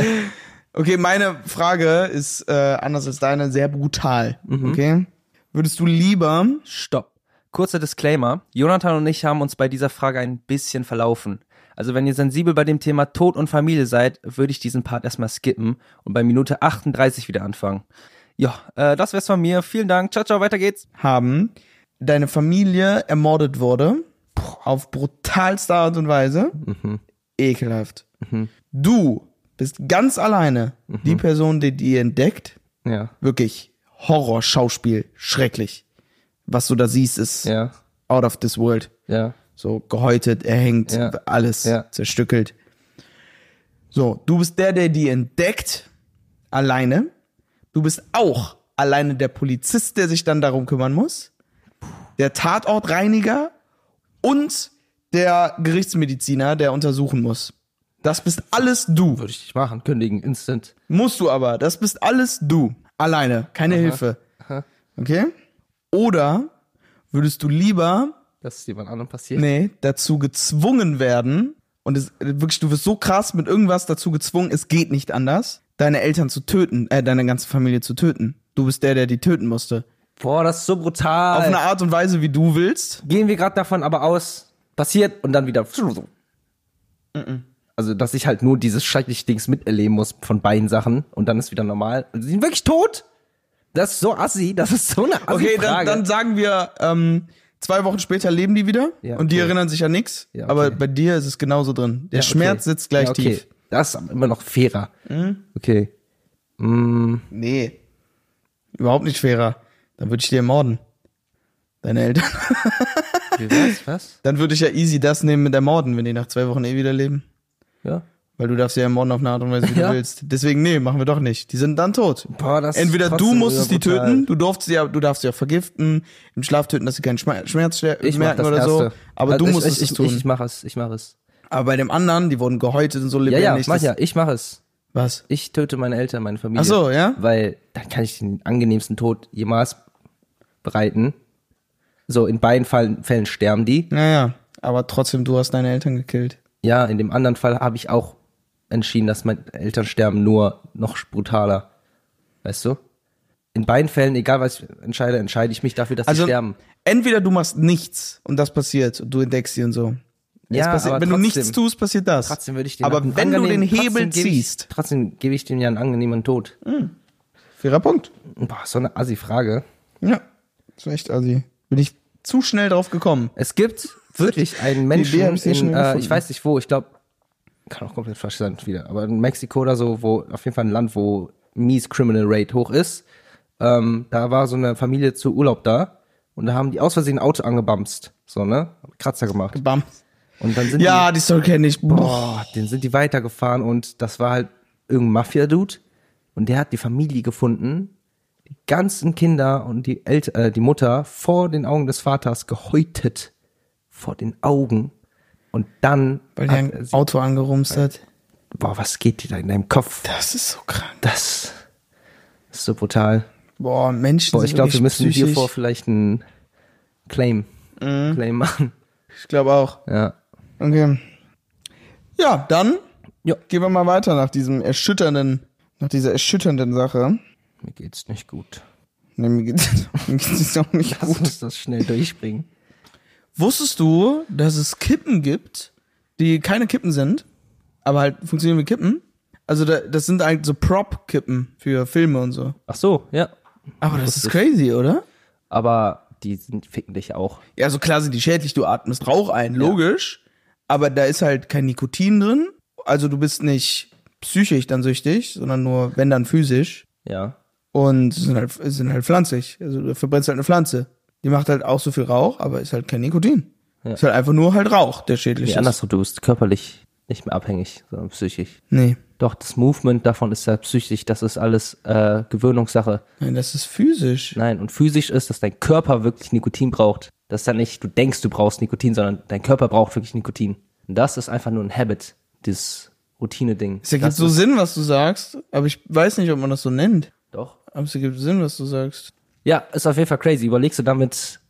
S2: Okay, meine Frage ist äh, anders als deine sehr brutal.
S1: Mhm.
S2: Okay? Würdest du lieber.
S1: Stopp. Kurzer Disclaimer. Jonathan und ich haben uns bei dieser Frage ein bisschen verlaufen. Also wenn ihr sensibel bei dem Thema Tod und Familie seid, würde ich diesen Part erstmal skippen und bei Minute 38 wieder anfangen. Ja, äh, das wär's von mir. Vielen Dank. Ciao, ciao, weiter geht's.
S2: haben, deine Familie ermordet wurde, auf brutalste Art und Weise, ekelhaft. Du bist ganz alleine die Person, die die entdeckt,
S1: Ja.
S2: wirklich Horrorschauspiel, schrecklich. was du da siehst, ist
S1: Ja.
S2: out of this world.
S1: Ja.
S2: So gehäutet, erhängt,
S1: Ja.
S2: alles
S1: Ja.
S2: zerstückelt. So, du bist der, der die entdeckt, alleine. Du bist auch alleine der Polizist, der sich dann darum kümmern muss, der Tatortreiniger und der Gerichtsmediziner, der untersuchen muss. Das bist alles du.
S1: Würde ich dich machen, kündigen, instant.
S2: Musst du aber. Das bist alles du. Alleine. Keine Hilfe. Okay? Oder würdest du lieber
S1: Dass es jemand anderem passiert.
S2: nee, dazu gezwungen werden und es, wirklich, du wirst so krass mit irgendwas dazu gezwungen, es geht nicht anders, deine Eltern zu töten, äh, deine ganze Familie zu töten. Du bist der, der die töten musste.
S1: Boah, das ist so brutal.
S2: Auf eine Art und Weise, wie du willst.
S1: Gehen wir gerade davon aber aus, passiert und dann wieder.
S2: Mhm.
S1: Also, dass ich halt nur dieses schreckliche Dings miterleben muss von beiden Sachen und dann ist wieder normal. Und sie sind wirklich tot. Das ist so assi, das ist so eine assi
S2: Okay, dann,
S1: Frage.
S2: dann sagen wir, ähm, zwei Wochen später leben die wieder
S1: Ja,
S2: und die
S1: okay.
S2: erinnern sich an nichts.
S1: Ja, okay.
S2: Aber bei dir ist es genauso drin. Der Schmerz sitzt gleich
S1: ja, okay.
S2: tief. Mhm.
S1: Das ist aber immer noch fairer. Okay.
S2: Nee. Überhaupt nicht fairer. Dann würde ich dir ermorden. Deine Eltern.
S1: was? Was?
S2: Dann würde ich ja easy das nehmen mit ermorden, wenn die nach zwei Wochen eh wieder leben.
S1: Ja.
S2: Weil du darfst ja ermorden auf eine Art und Weise, wie
S1: Ja.
S2: du willst. Deswegen, nee, machen wir doch nicht. Die sind dann tot.
S1: Boah, das ist
S2: Entweder du
S1: trotzdem
S2: musstest die
S1: brutal.
S2: töten, du darfst sie ja, du darfst sie auch vergiften, im Schlaf töten, dass sie keinen Schmerz, Schmerz ster-
S1: Ich mach
S2: merken
S1: das
S2: oder
S1: erste.
S2: so. Aber
S1: Also
S2: du
S1: ich,
S2: musstest
S1: ich,
S2: es tun.
S1: Ich, ich mache es, ich mache es.
S2: aber bei dem anderen, die wurden gehäutet und so
S1: Ja,
S2: lebendig.
S1: ja, mach
S2: das-
S1: ja, ich mache es.
S2: Was?
S1: Ich töte meine Eltern, meine Familie.
S2: Ach so, ja?
S1: Weil dann kann ich den angenehmsten Tod jemals bereiten. So, in beiden Fallen, Fällen sterben die.
S2: Naja. Aber trotzdem, du hast deine Eltern gekillt.
S1: Ja, in dem anderen Fall habe ich auch entschieden, dass meine Eltern sterben, nur noch brutaler. Weißt du? In beiden Fällen, egal was ich entscheide, entscheide ich mich dafür, dass sie sterben.
S2: Also, entweder du machst nichts und das passiert und du entdeckst sie und so. Das
S1: Ja,
S2: passiert,
S1: aber
S2: wenn
S1: trotzdem,
S2: du nichts tust, passiert das.
S1: trotzdem würde ich den
S2: aber
S1: einen
S2: wenn du den
S1: angenehmen-
S2: Hebel
S1: trotzdem gebe ich-
S2: ziehst,
S1: Trotzdem gebe ich dem ja einen angenehmen Tod.
S2: fairer Punkt.
S1: Boah, so eine assi Frage.
S2: Ja, ist echt assi. Bin ich zu schnell drauf gekommen.
S1: Es gibt wirklich einen Menschen,
S2: Die BMC
S1: in,
S2: schnell
S1: äh,
S2: gefunden.
S1: ich weiß nicht wo, ich glaube, kann auch komplett falsch sein wieder, aber in Mexiko oder so, wo auf jeden Fall ein Land, wo mies Criminal Rate hoch ist, ähm, da war so eine Familie zu Urlaub da und da haben die aus Versehen ein Auto angebamst, so, ne? Kratzer gemacht.
S2: Bam.
S1: Und dann sind
S2: Ja, die Story kenne ich.
S1: die,
S2: Boah.
S1: boah, dann sind die weitergefahren und das war halt irgendein Mafia-Dude und der hat die Familie gefunden, die ganzen Kinder und die, Elter, äh, die Mutter vor den Augen des Vaters gehäutet. Vor den Augen. Und dann,
S2: Weil der
S1: hat er
S2: ein
S1: sie,
S2: Auto angerumst hat.
S1: boah, was geht dir da in deinem Kopf?
S2: Das ist so krank.
S1: Das ist so brutal.
S2: Boah, Menschen
S1: Boah, ich
S2: sind
S1: glaube, wir
S2: wirklich
S1: müssen
S2: psychisch. Mhm.
S1: hiervor vielleicht einen Claim, Claim machen.
S2: Ich glaube auch.
S1: Ja.
S2: Okay. Ja, dann
S1: Ja.
S2: gehen wir mal weiter nach diesem erschütternden, nach dieser erschütternden Sache.
S1: Mir geht's nicht gut.
S2: Nee, mir geht's, mir geht's auch nicht
S1: Lass
S2: gut.
S1: uns das schnell durchbringen.
S2: Wusstest du, dass es Kippen gibt, die keine Kippen sind, aber halt funktionieren wie Kippen? Also da, das sind eigentlich so Prop-Kippen für Filme und so.
S1: Ach so, ja.
S2: Aber das ist crazy, oder?
S1: Aber die sind, ficken dich auch.
S2: Ja, also klar sind die schädlich, du atmest Rauch ein, logisch. Aber da ist halt kein Nikotin drin. Also du bist nicht psychisch dann süchtig, sondern nur, wenn dann physisch.
S1: Ja.
S2: Und sind halt, sind halt pflanzlich. Also du verbrennst halt eine Pflanze. Die macht halt auch so viel Rauch, aber ist halt kein Nikotin. Ist halt einfach nur halt Rauch, der schädlich
S1: Nee,
S2: ist.
S1: andersrum, du bist körperlich nicht mehr abhängig, sondern psychisch.
S2: Nee.
S1: Doch, das Movement davon ist ja psychisch, das ist alles äh, Gewöhnungssache.
S2: Nein, das ist physisch.
S1: Nein, und physisch ist, dass dein Körper wirklich Nikotin braucht. Das ist ja nicht, du denkst, du brauchst Nikotin, sondern dein Körper braucht wirklich Nikotin. Und das ist einfach nur ein Habit, dieses Routine-Ding.
S2: Es ergibt
S1: Das
S2: so
S1: ist-
S2: Sinn, was du sagst, aber ich weiß nicht, ob man das so nennt.
S1: Doch.
S2: Aber es ergibt Sinn, was du sagst.
S1: Ja, ist auf jeden Fall crazy. Überlegst du damit,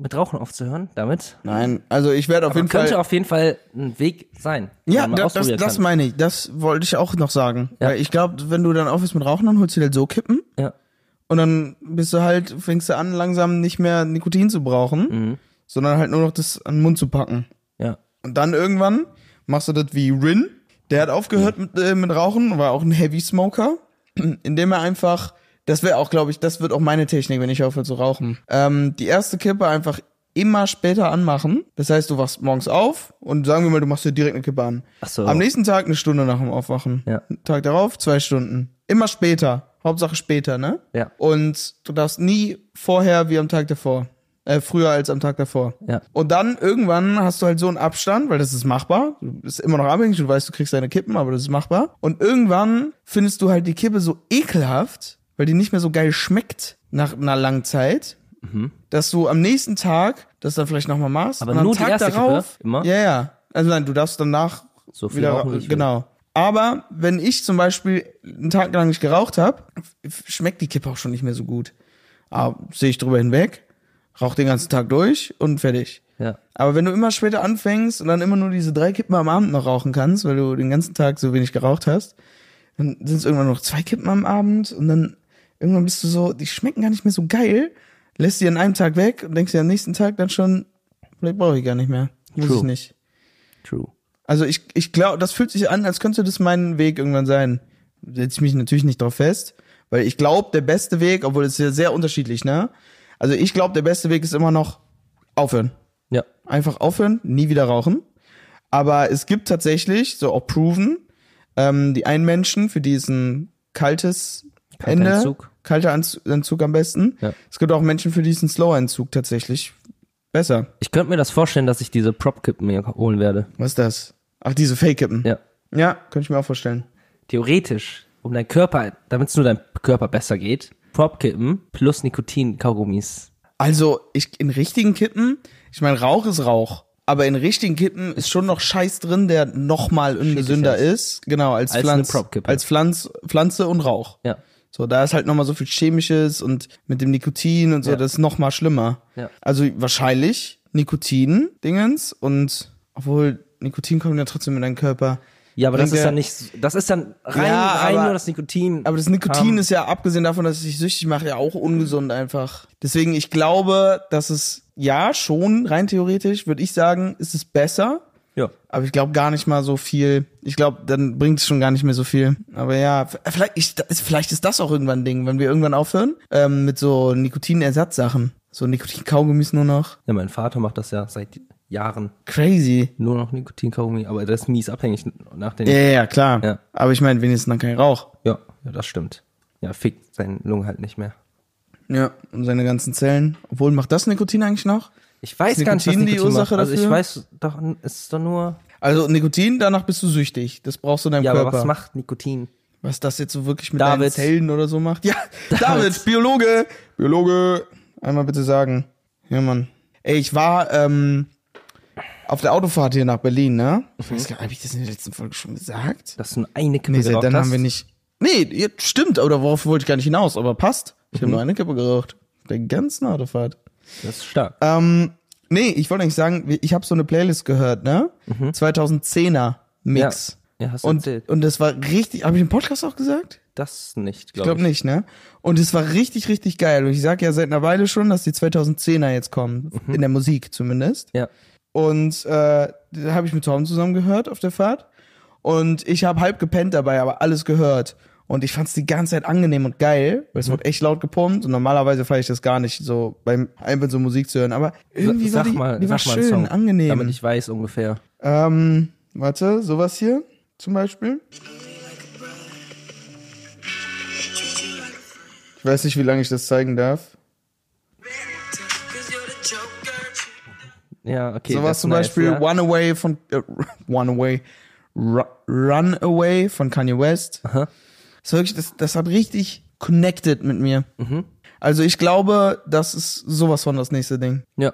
S1: mit Rauchen aufzuhören? Damit?
S2: Nein, also ich werde auf jeden
S1: könnte
S2: Fall.
S1: auf jeden Fall ein Weg sein. den
S2: ja,
S1: man
S2: das, das,
S1: ausprobieren
S2: das
S1: kann.
S2: meine ich. Das wollte ich auch noch sagen.
S1: Ja.
S2: Weil ich glaube, wenn du dann aufhörst mit Rauchen, dann holst du dir halt so Kippen
S1: Ja.
S2: und dann bist du halt, fängst du an, langsam nicht mehr Nikotin zu brauchen, sondern halt nur noch das an den Mund zu packen.
S1: Ja.
S2: Und dann irgendwann machst du das wie Rin. Der hat aufgehört mit, äh, mit Rauchen, war auch ein Heavy Smoker, indem er einfach, das wäre auch, glaube ich, das wird auch meine Technik, wenn ich aufhöre zu
S1: Hm.
S2: rauchen. Ähm, die erste Kippe einfach immer später anmachen. Das heißt, du wachst morgens auf und sagen wir mal, du machst dir direkt eine Kippe an.
S1: Ach so.
S2: Am nächsten Tag eine Stunde nach dem Aufwachen.
S1: Ja.
S2: Tag darauf zwei Stunden. Immer später. Hauptsache später, ne?
S1: Ja.
S2: Und du darfst nie vorher wie am Tag davor. äh, früher als am Tag davor.
S1: Ja.
S2: Und dann irgendwann hast du halt so einen Abstand, weil das ist machbar. Du bist immer noch abhängig, du weißt, du kriegst deine Kippen, aber das ist machbar. Und irgendwann findest du halt die Kippe so ekelhaft, weil die nicht mehr so geil schmeckt nach einer langen Zeit, dass du am nächsten Tag das dann vielleicht nochmal machst.
S1: Mhm. Aber
S2: und am
S1: nur die
S2: Tag
S1: erste Kippe
S2: darauf,
S1: immer?
S2: Ja, ja. Also nein, du darfst danach
S1: So viel
S2: wieder
S1: rauchen, wie ich will.
S2: genau. Aber wenn ich zum Beispiel einen Tag lang nicht geraucht habe, f- schmeckt die Kippe auch schon nicht mehr so gut. Aber sehe ich drüber hinweg, rauch den ganzen Tag durch und fertig.
S1: Ja.
S2: Aber wenn du immer später anfängst und dann immer nur diese drei Kippen am Abend noch rauchen kannst, weil du den ganzen Tag so wenig geraucht hast, dann sind es irgendwann nur noch zwei Kippen am Abend und dann irgendwann bist du so, die schmecken gar nicht mehr so geil, lässt die an einem Tag weg und denkst dir am nächsten Tag dann schon, vielleicht brauche ich gar nicht mehr. Muss
S1: True.
S2: ich nicht.
S1: True.
S2: Also ich, ich glaube, das fühlt sich an, als könnte das mein Weg irgendwann sein. Setze ich mich natürlich nicht drauf fest, weil ich glaube, der beste Weg, obwohl es ist ja sehr unterschiedlich, ne? Also ich glaube, der beste Weg ist immer noch aufhören.
S1: Ja.
S2: Einfach aufhören, nie wieder rauchen. Aber es gibt tatsächlich, so auch proven, ähm, die einen Menschen, für die ist ein kaltes
S1: Kalter
S2: Ende,
S1: Entzug.
S2: kalter Anz- Entzug am besten.
S1: Ja.
S2: Es gibt auch Menschen, für die ist ein slower Entzug tatsächlich besser.
S1: Ich könnte mir das vorstellen, dass ich diese Prop-Kippen mir holen werde.
S2: Was ist das? Ach, diese Fake-Kippen.
S1: Ja.
S2: ja, könnte ich mir auch vorstellen.
S1: Theoretisch, um dein Körper, damit es nur deinem Körper besser geht, Prop-Kippen plus Nikotin-Kaugummis.
S2: Also, ich in richtigen Kippen, ich meine, Rauch ist Rauch, aber in richtigen Kippen ist schon noch Scheiß drin, der nochmal ungesünder ist, genau, als,
S1: Als
S2: Pflanz,
S1: eine Propkippe.
S2: als Pflanz, Pflanze und Rauch.
S1: Ja.
S2: So, da ist halt nochmal so viel Chemisches und mit dem Nikotin und so,
S1: Ja.
S2: das ist nochmal schlimmer.
S1: Ja.
S2: Also wahrscheinlich Nikotin-Dingens und obwohl Nikotin kommt ja trotzdem in deinen Körper.
S1: Ja, aber
S2: Ich
S1: das ist
S2: denke-
S1: dann nicht, das ist dann rein,
S2: Ja,
S1: rein
S2: aber-
S1: nur das Nikotin.
S2: Aber das Nikotin
S1: Ähm,
S2: ist ja, abgesehen davon, dass es dich süchtig macht, ja auch ungesund einfach. Deswegen, ich glaube, dass es, ja, schon, rein theoretisch, würde ich sagen, ist es besser.
S1: Ja.
S2: Aber ich glaube gar nicht mal so viel. Ich glaube, dann bringt es schon gar nicht mehr so viel. Aber ja, f- vielleicht, ich, da ist- vielleicht ist das auch irgendwann ein Ding, wenn wir irgendwann aufhören ähm, mit so Nikotinersatzsachen. So Nikotin-Kaugummis nur noch.
S1: ja, mein Vater macht das ja seit Jahren.
S2: Crazy.
S1: Nur noch Nikotin-Kaugummi, aber der ist mies abhängig nach den.
S2: Ja, ja, ja, klar.
S1: Ja.
S2: Aber ich meine, wenigstens dann kein Rauch.
S1: Ja, ja, das stimmt. Ja, fickt seinen Lungen halt nicht mehr.
S2: Ja. Und seine ganzen Zellen. Obwohl, macht das Nikotin eigentlich noch?
S1: Ich weiß
S2: Ist
S1: gar nicht, was
S2: Nikotin die
S1: Nikotin
S2: Ursache
S1: macht. Also ich
S2: dafür?
S1: weiß doch, es ist doch nur.
S2: Also Nikotin, danach bist du süchtig. Das brauchst du in deinem
S1: Ja,
S2: Körper.
S1: aber was macht Nikotin?
S2: Was das jetzt so wirklich mit
S1: David.
S2: deinen Zellen oder so macht? Ja, David, Biologe, Biologe. Einmal bitte sagen. Ja, Mann. Ey, ich war ähm, auf der Autofahrt hier nach Berlin, ne? Ich weiß gar nicht, habe ich das in der letzten Folge schon gesagt?
S1: Dass du nur eine Kippe
S2: Nee, seit
S1: geraucht
S2: dann
S1: hast?
S2: haben wir nicht. Nee, ja, stimmt, aber darauf wollte ich gar nicht hinaus, aber passt. Ich
S1: Mhm.
S2: habe nur eine Kippe geraucht. Auf Der ganzen Autofahrt.
S1: Das ist stark.
S2: Ähm, nee, ich wollte eigentlich sagen, ich habe so eine Playlist gehört, ne? 2010er Mix.
S1: Mhm. Ja, ja hast du
S2: Und,
S1: erzählt.
S2: und das war richtig, habe ich im Podcast auch gesagt?
S1: Das nicht,
S2: Ich
S1: glaube
S2: glaube
S1: ich.
S2: nicht, ne? Und es war richtig, richtig geil. Und ich sag ja seit einer Weile schon, dass die 2010er jetzt kommen. In der Musik zumindest.
S1: Mhm. Ja.
S2: Und äh, da habe ich mit Tom zusammen gehört auf der Fahrt. Und ich habe halb gepennt dabei, aber alles gehört. Und ich fand's die ganze Zeit angenehm und geil, weil es
S1: Mhm.
S2: wurde echt laut gepumpt. Und normalerweise feiere ich das gar nicht, so beim einfach so Musik zu hören. Aber irgendwie war
S1: sag
S2: die,
S1: mal,
S2: die war
S1: sag mal einen
S2: schön,
S1: Song,
S2: angenehm.
S1: damit ich weiß ungefähr.
S2: Ähm, warte, sowas hier zum Beispiel. Ich weiß nicht, wie lange ich das zeigen darf.
S1: Ja, okay.
S2: sowas
S1: das
S2: zum
S1: nice,
S2: Beispiel
S1: ja.
S2: One Away von äh, One Away Ru- Run Away von Kanye West.
S1: Aha.
S2: Das, war wirklich, das, das hat richtig connected mit mir.
S1: Mhm.
S2: Also ich glaube, das ist sowas von das nächste Ding.
S1: Ja.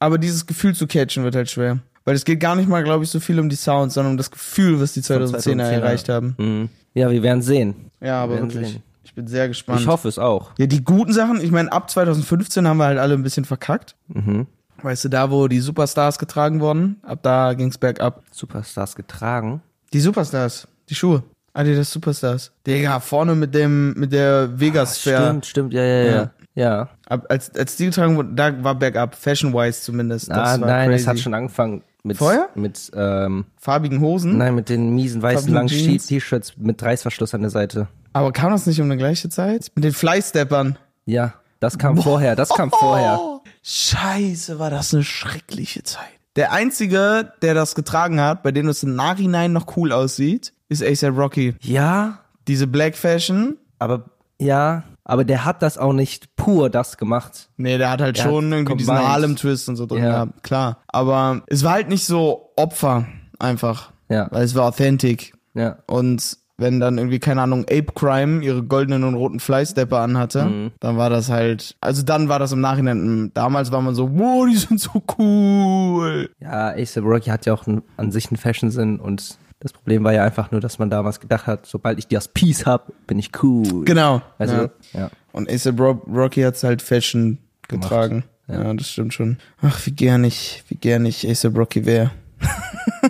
S2: Aber dieses Gefühl zu catchen wird halt schwer. Weil es geht gar nicht mal, glaube ich, so viel um die Sounds, sondern um das Gefühl, was die 2010er
S1: 2010er.
S2: erreicht haben.
S1: Mhm. Ja, wir werden sehen.
S2: Ja, aber
S1: Wir werden
S2: wirklich.
S1: sehen.
S2: Ich bin sehr gespannt.
S1: Ich hoffe es auch.
S2: Ja, die guten Sachen, ich meine, ab 2015 haben wir halt alle ein bisschen verkackt.
S1: Mhm.
S2: Weißt du, da, wo die Superstars getragen wurden, ab da ging's bergab.
S1: Superstars getragen.
S2: Die Superstars, die Schuhe. Adidas Superstars. Digga, vorne mit dem, mit der vegas fair
S1: Stimmt, stimmt, ja, ja, ja. Ja.
S2: ab, als, als die getragen wurden, da war bergab, fashion-wise zumindest. Das
S1: ah,
S2: war
S1: nein,
S2: crazy.
S1: es hat schon angefangen mit
S2: Vorher?
S1: mit ähm,
S2: farbigen Hosen.
S1: nein, mit den miesen weißen
S2: Farbigen
S1: langen
S2: Jeans.
S1: T-Shirts mit Reißverschluss an der Seite.
S2: Aber kam das nicht um eine gleiche Zeit? Mit den Flysteppern.
S1: Ja, das kam vorher, das kam vorher.
S2: Scheiße, war das eine schreckliche Zeit. Der einzige, der das getragen hat, bei dem es im Nachhinein noch cool aussieht, ist ASAP Rocky.
S1: Ja,
S2: Diese Black Fashion,
S1: aber ja, aber der hat das auch nicht pur das gemacht.
S2: Nee, der hat halt
S1: Der
S2: schon
S1: hat
S2: irgendwie diesen
S1: combined.
S2: Harlem-Twist und so drin, ja.
S1: Ja.
S2: klar. Aber es war halt nicht so Opfer einfach,
S1: Ja.
S2: weil es war authentic.
S1: Ja.
S2: Und wenn dann irgendwie, keine Ahnung, Ape Crime ihre goldenen und roten Fleißdepper anhatte,
S1: Mhm.
S2: dann war das halt, also dann war das im Nachhinein, damals war man so, wow, die sind so cool.
S1: Ja, Ace Rocky hat ja auch einen- an sich einen Fashion-Sinn und das Problem war ja einfach nur, dass man damals gedacht hat, sobald ich das Piece hab, bin ich cool.
S2: Genau.
S1: Also,
S2: ja.
S1: ja. ja.
S2: Und A$AP Ro- Rocky hat's halt Fashion getragen. Ja. das stimmt schon. Ach, wie gern ich, wie gern ich A$AP Rocky wäre.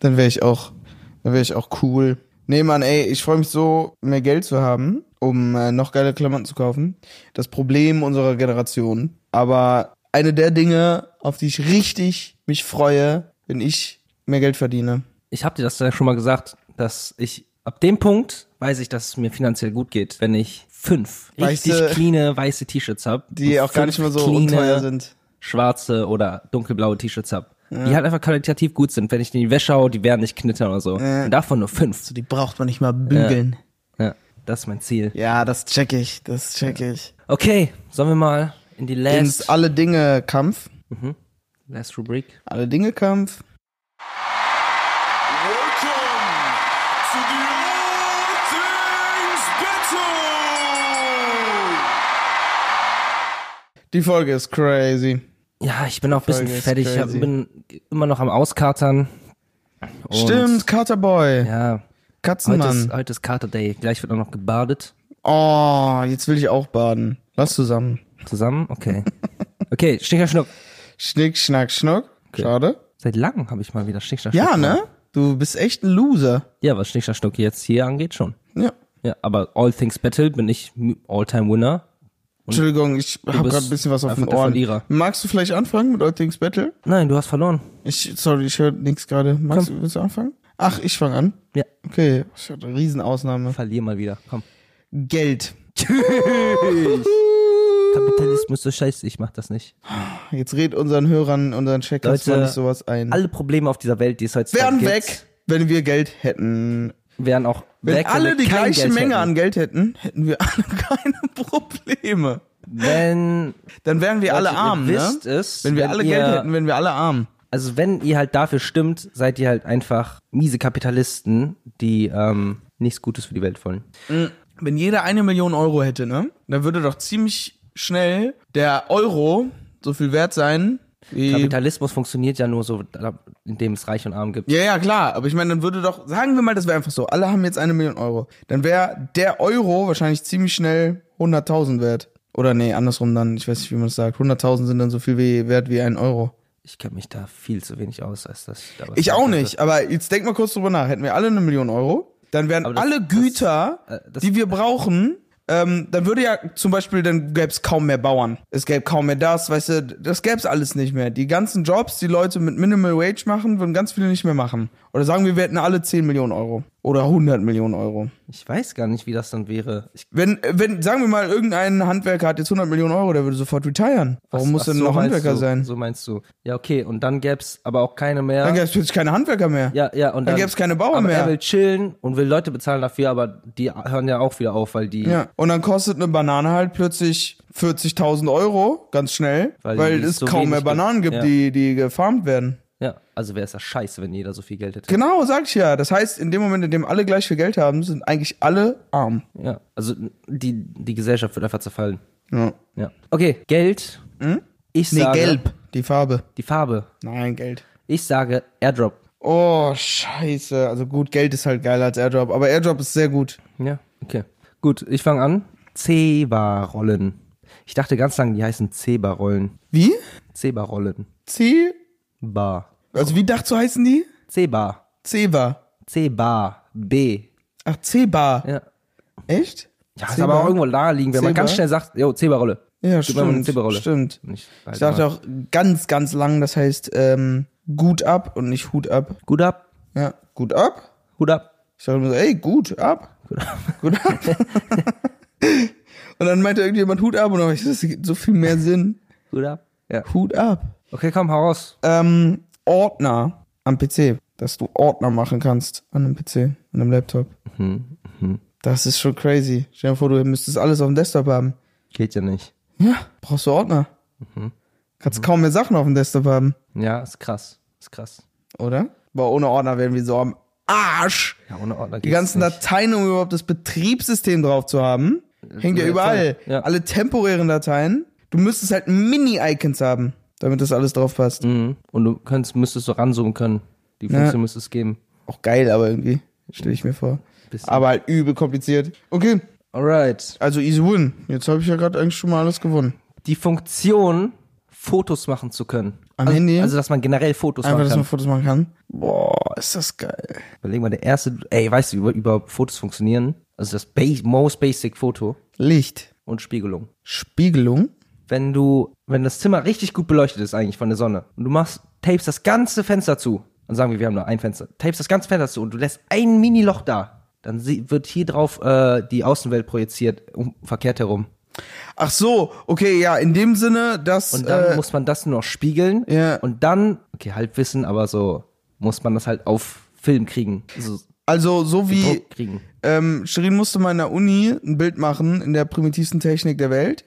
S2: dann wäre ich auch, dann wäre ich auch cool. Nee, Mann, ey, ich freue mich so, mehr Geld zu haben, um äh, noch geile Klamotten zu kaufen. Das Problem unserer Generation. Aber eine der Dinge, auf die ich richtig mich freue, wenn ich mehr Geld verdiene.
S1: Ich hab dir das ja schon mal gesagt, dass ich ab dem Punkt weiß ich, dass es mir finanziell gut geht, wenn ich fünf
S2: Weiße-
S1: richtig cleane weiße T-Shirts hab.
S2: Die
S1: und
S2: auch gar
S1: fünf
S2: nicht mal so
S1: cleane
S2: unteuer sind.
S1: Schwarze oder dunkelblaue T-Shirts hab. Die halt einfach qualitativ gut sind. Wenn ich die in die Wäsche hau, die werden nicht knittern oder so. Und davon nur fünf.
S2: Die braucht man nicht mal bügeln.
S1: Ja, das ist mein Ziel.
S2: Ja, das check ich, das check ich.
S1: Okay, sollen wir mal in die
S2: ins
S1: last,
S2: Alle Dinge Kampf.
S1: last Rubrik?
S2: Alle Dinge Kampf.
S4: Welcome to the All Things Battle!
S2: Die Folge ist crazy.
S1: Ja, ich bin auch ein bisschen
S2: Folge ist
S1: fertig. Ich hab,
S2: crazy.
S1: bin immer noch am Auskatern. Und,
S2: Stimmt, Katerboy.
S1: Ja, heute ist,
S2: Katzenmann.
S1: heute ist Kater Day. Gleich wird auch noch gebadet.
S2: Oh, jetzt will ich auch baden. Lass zusammen.
S1: Zusammen? Okay. Okay, Schnicker Schnuck.
S2: Schnick, schnack, schnuck. Schade.
S1: Seit langem habe ich mal wieder Schnicker Schnuck.
S2: Ja,
S1: gemacht.
S2: ne? Du bist echt ein Loser.
S1: Ja, was Schnicker Schnuck jetzt hier angeht, schon.
S2: Ja.
S1: Ja, aber All Things Battle bin ich All-Time-Winner.
S2: Entschuldigung, ich habe
S1: bist
S2: gerade ein bisschen was auf
S1: einfach
S2: den
S1: der
S2: Ohren.
S1: Verlierer.
S2: Magst du vielleicht anfangen mit All Things Battle?
S1: Nein, du hast verloren.
S2: Ich, sorry, ich höre nichts gerade. Magst du, willst du anfangen? Ach, ich fange an.
S1: Ja,
S2: Okay, ich hatte eine Riesenausnahme.
S1: verlier mal wieder. Komm.
S2: Geld.
S1: Kapitalismus ist scheiße, ich mach das nicht.
S2: Jetzt red unseren Hörern, unseren Checkers
S1: Leute,
S2: mal nicht sowas ein.
S1: Alle Probleme auf dieser Welt, die es heute
S2: wären
S1: gibt,
S2: weg, wenn wir Geld hätten.
S1: wären auch
S2: Wenn
S1: weg.
S2: alle
S1: wir
S2: die
S1: kein
S2: gleiche
S1: Geld
S2: Menge
S1: hätten.
S2: an Geld hätten, hätten wir alle keine Probleme.
S1: Wenn
S2: Dann wären wir alle
S1: ihr
S2: arm, ne?
S1: wisst es,
S2: wenn wir
S1: wenn
S2: alle
S1: ihr-
S2: Geld hätten, wären wir alle arm.
S1: also wenn ihr halt dafür stimmt, seid ihr halt einfach miese Kapitalisten, die ähm, nichts Gutes für die Welt wollen.
S2: Wenn jeder eine Million Euro hätte, ne? Dann würde doch ziemlich schnell der Euro so viel wert sein wie...
S1: Kapitalismus funktioniert ja nur so, da- indem es Reich und Arm gibt.
S2: ja, ja, klar. Aber ich meine, dann würde doch, sagen wir mal, das wäre einfach so. Alle haben jetzt eine Million Euro. Dann wäre der Euro wahrscheinlich ziemlich schnell 100.000 wert. Oder nee, andersrum dann. Ich weiß nicht, wie man das sagt. 100.000 sind dann so viel wie, wert wie ein Euro.
S1: Ich kenne mich da viel zu wenig aus, als dass ich da was
S2: Ich
S1: sagen
S2: auch
S1: könnte.
S2: nicht, aber jetzt denk mal kurz drüber nach. Hätten wir alle eine Million Euro, dann wären
S1: das-
S2: alle Güter,
S1: äh, das-
S2: die wir brauchen, ähm, dann würde ja zum Beispiel, dann gäb's kaum mehr Bauern. Es gäbe kaum mehr das, weißt du, das gäb's alles nicht mehr. Die ganzen Jobs, die Leute mit Minimal Wage machen, würden ganz viele nicht mehr machen. Oder sagen wir, wir hätten alle 10 Millionen Euro. Oder 100 Millionen Euro.
S1: Ich weiß gar nicht, wie das dann wäre. Ich,
S2: Wenn, äh, wenn, sagen wir mal, irgendein Handwerker hat jetzt 100 Millionen Euro, der würde sofort retiren. Warum
S1: was-
S2: muss
S1: ach,
S2: denn
S1: so
S2: noch
S1: meinst
S2: Handwerker
S1: du,
S2: sein?
S1: So meinst du. Ja, okay, und dann gäb's aber auch keine mehr.
S2: Dann gäb's plötzlich keine Handwerker mehr.
S1: ja, ja, und
S2: dann
S1: dann,
S2: gäb's keine Bauern
S1: aber
S2: mehr.
S1: Er will chillen und will Leute bezahlen dafür, aber die hören ja auch wieder auf, weil die
S2: Ja, und dann kostet eine Banane halt plötzlich 40.000 Euro, ganz schnell, weil,
S1: Weil
S2: es
S1: es so
S2: kaum
S1: wenig
S2: mehr Bananen gibt,
S1: gibt. Ja.
S2: die, die gefarmt werden.
S1: Ja, also wäre es ja scheiße, wenn jeder so viel Geld hätte.
S2: Genau, sag ich ja. Das heißt, in dem Moment, in dem alle gleich viel Geld haben, sind eigentlich alle arm.
S1: Ja, also die, die Gesellschaft wird einfach zerfallen.
S2: Ja.
S1: Ja. Okay, Geld. Ich
S2: Hm? Nee,
S1: sage
S2: gelb, die Farbe.
S1: die Farbe.
S2: Nein, Geld.
S1: Ich sage Airdrop.
S2: Oh, scheiße. Also gut, Geld ist halt geiler als Airdrop, aber Airdrop ist sehr gut.
S1: Ja, okay. Gut, ich fange an. Zeba-Rollen. Ich dachte ganz lange, die heißen Zeba-Rollen.
S2: Wie?
S1: Zeba-Rollen.
S2: C?
S1: Bar.
S2: Also wie dachtest du heißen die?
S1: Zeba.
S2: Ceba.
S1: Zeba. B.
S2: Ach, Ceba.
S1: Ja.
S2: Echt?
S1: Ja, ist
S2: Zeba?
S1: aber auch irgendwo naheliegend, wenn man
S2: Zeba?
S1: ganz schnell sagt, yo, Zeba-Rolle.
S2: Ja,
S1: Gib mir mal eine
S2: stimmt.
S1: Zeba-Rolle.
S2: Stimmt.
S1: Ich,
S2: Ich dachte auch ganz, ganz lang, das heißt ähm, gut ab und nicht Hut ab.
S1: Gut ab.
S2: Ja, gut ab.
S1: Hut ab.
S2: Ich dachte immer so, ey, gut ab. Gut ab. und dann meinte irgendjemand Hut ab und dann hab ich, das gibt so viel mehr Sinn.
S1: Gut ab. Ja.
S2: Hut ab.
S1: Okay, komm, hau raus.
S2: Ähm, Ordner Mhm, am PC, dass du Ordner machen kannst an einem PC, an einem Laptop. Das ist schon crazy. Stell dir vor, du müsstest alles auf dem Desktop haben.
S1: Geht ja nicht.
S2: Ja, brauchst du Ordner. Mhm. Kannst kaum mehr Sachen auf dem Desktop haben,
S1: Ja, ist krass. Ist krass.
S2: oder? Boah, ohne Ordner wären wir so am Arsch.
S1: Ja, ohne Ordner
S2: Die ganzen
S1: nicht.
S2: Dateien, um überhaupt das Betriebssystem drauf zu haben, hängt ja
S1: ja
S2: überall.
S1: voll, halt, ja.
S2: Alle temporären Dateien. Du müsstest halt Mini-Icons haben, damit das alles drauf passt.
S1: Mhm. Und du könntest, müsstest so ranzoomen können. Die Funktion müsste es geben.
S2: Auch geil, aber irgendwie, stelle ich mir vor.
S1: Bisschen.
S2: Aber halt übel kompliziert. Okay,
S1: Alright.
S2: also easy win. Jetzt habe ich ja gerade eigentlich schon mal alles gewonnen.
S1: Die Funktion, Fotos machen zu können.
S2: Am
S1: also,
S2: Handy?
S1: Also, dass man generell Fotos
S2: Einfach, dass
S1: machen kann.
S2: man Fotos machen kann. Boah, ist das geil.
S1: Überleg mal, der erste, ey, weißt du, wie über- überhaupt Fotos funktionieren? Also das ba most basic Foto
S2: Licht.
S1: und Spiegelung.
S2: Spiegelung.
S1: Wenn du, wenn das Zimmer richtig gut beleuchtet ist eigentlich von der Sonne und du machst, tapest das ganze Fenster zu, dann sagen wir, wir haben nur ein Fenster, tapest das ganze Fenster zu und du lässt ein Mini-Loch da, dann sie- wird hier drauf äh, die Außenwelt projiziert, um, verkehrt herum.
S2: Ach so, okay, ja, in dem Sinne, dass.
S1: Und dann
S2: äh,
S1: muss man das nur noch spiegeln
S2: ja.
S1: und dann, okay, Halbwissen, aber so muss man das halt auf Film kriegen, so
S2: also, so wie.
S1: Druck kriegen.
S2: Ähm, Shirin musste mal in der Uni ein Bild machen in der primitivsten Technik der Welt.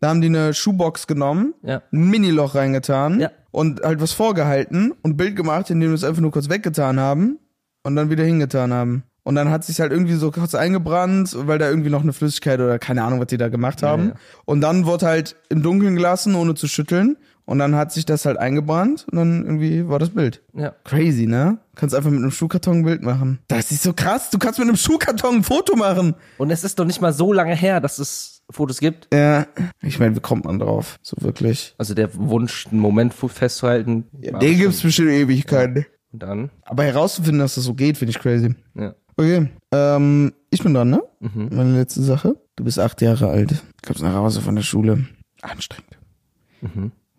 S2: Da haben die eine Schuhbox genommen,
S1: Mhm. Ja.
S2: ein Miniloch reingetan
S1: Ja.
S2: und halt was vorgehalten und ein Bild gemacht, indem wir es einfach nur kurz weggetan haben und dann wieder hingetan haben. Und dann hat sich halt irgendwie so kurz eingebrannt, weil da irgendwie noch eine Flüssigkeit oder keine Ahnung, was die da gemacht haben. Und dann wurde halt im Dunkeln gelassen, ohne zu schütteln. Und dann hat sich das halt eingebrannt und dann irgendwie war das Bild.
S1: Ja.
S2: Crazy, ne? Kannst einfach mit einem Schuhkarton ein Bild machen. Das ist so krass. Du kannst mit einem Schuhkarton ein Foto machen.
S1: Und es ist doch nicht mal so lange her, dass es Fotos gibt.
S2: Ja. Ich meine, wie kommt man drauf? So wirklich.
S1: Also der Wunsch, einen Moment fu- festzuhalten.
S2: Ja,
S1: war
S2: den
S1: schon-
S2: gibt's bestimmt Ewigkeiten.
S1: Und dann,
S2: Aber herauszufinden, dass das so geht, finde ich crazy.
S1: ja.
S2: Okay. Ähm, ich bin dran, ne? Meine letzte Sache. Du bist acht Jahre alt. Kommst nach Hause von der Schule. Anstrengend.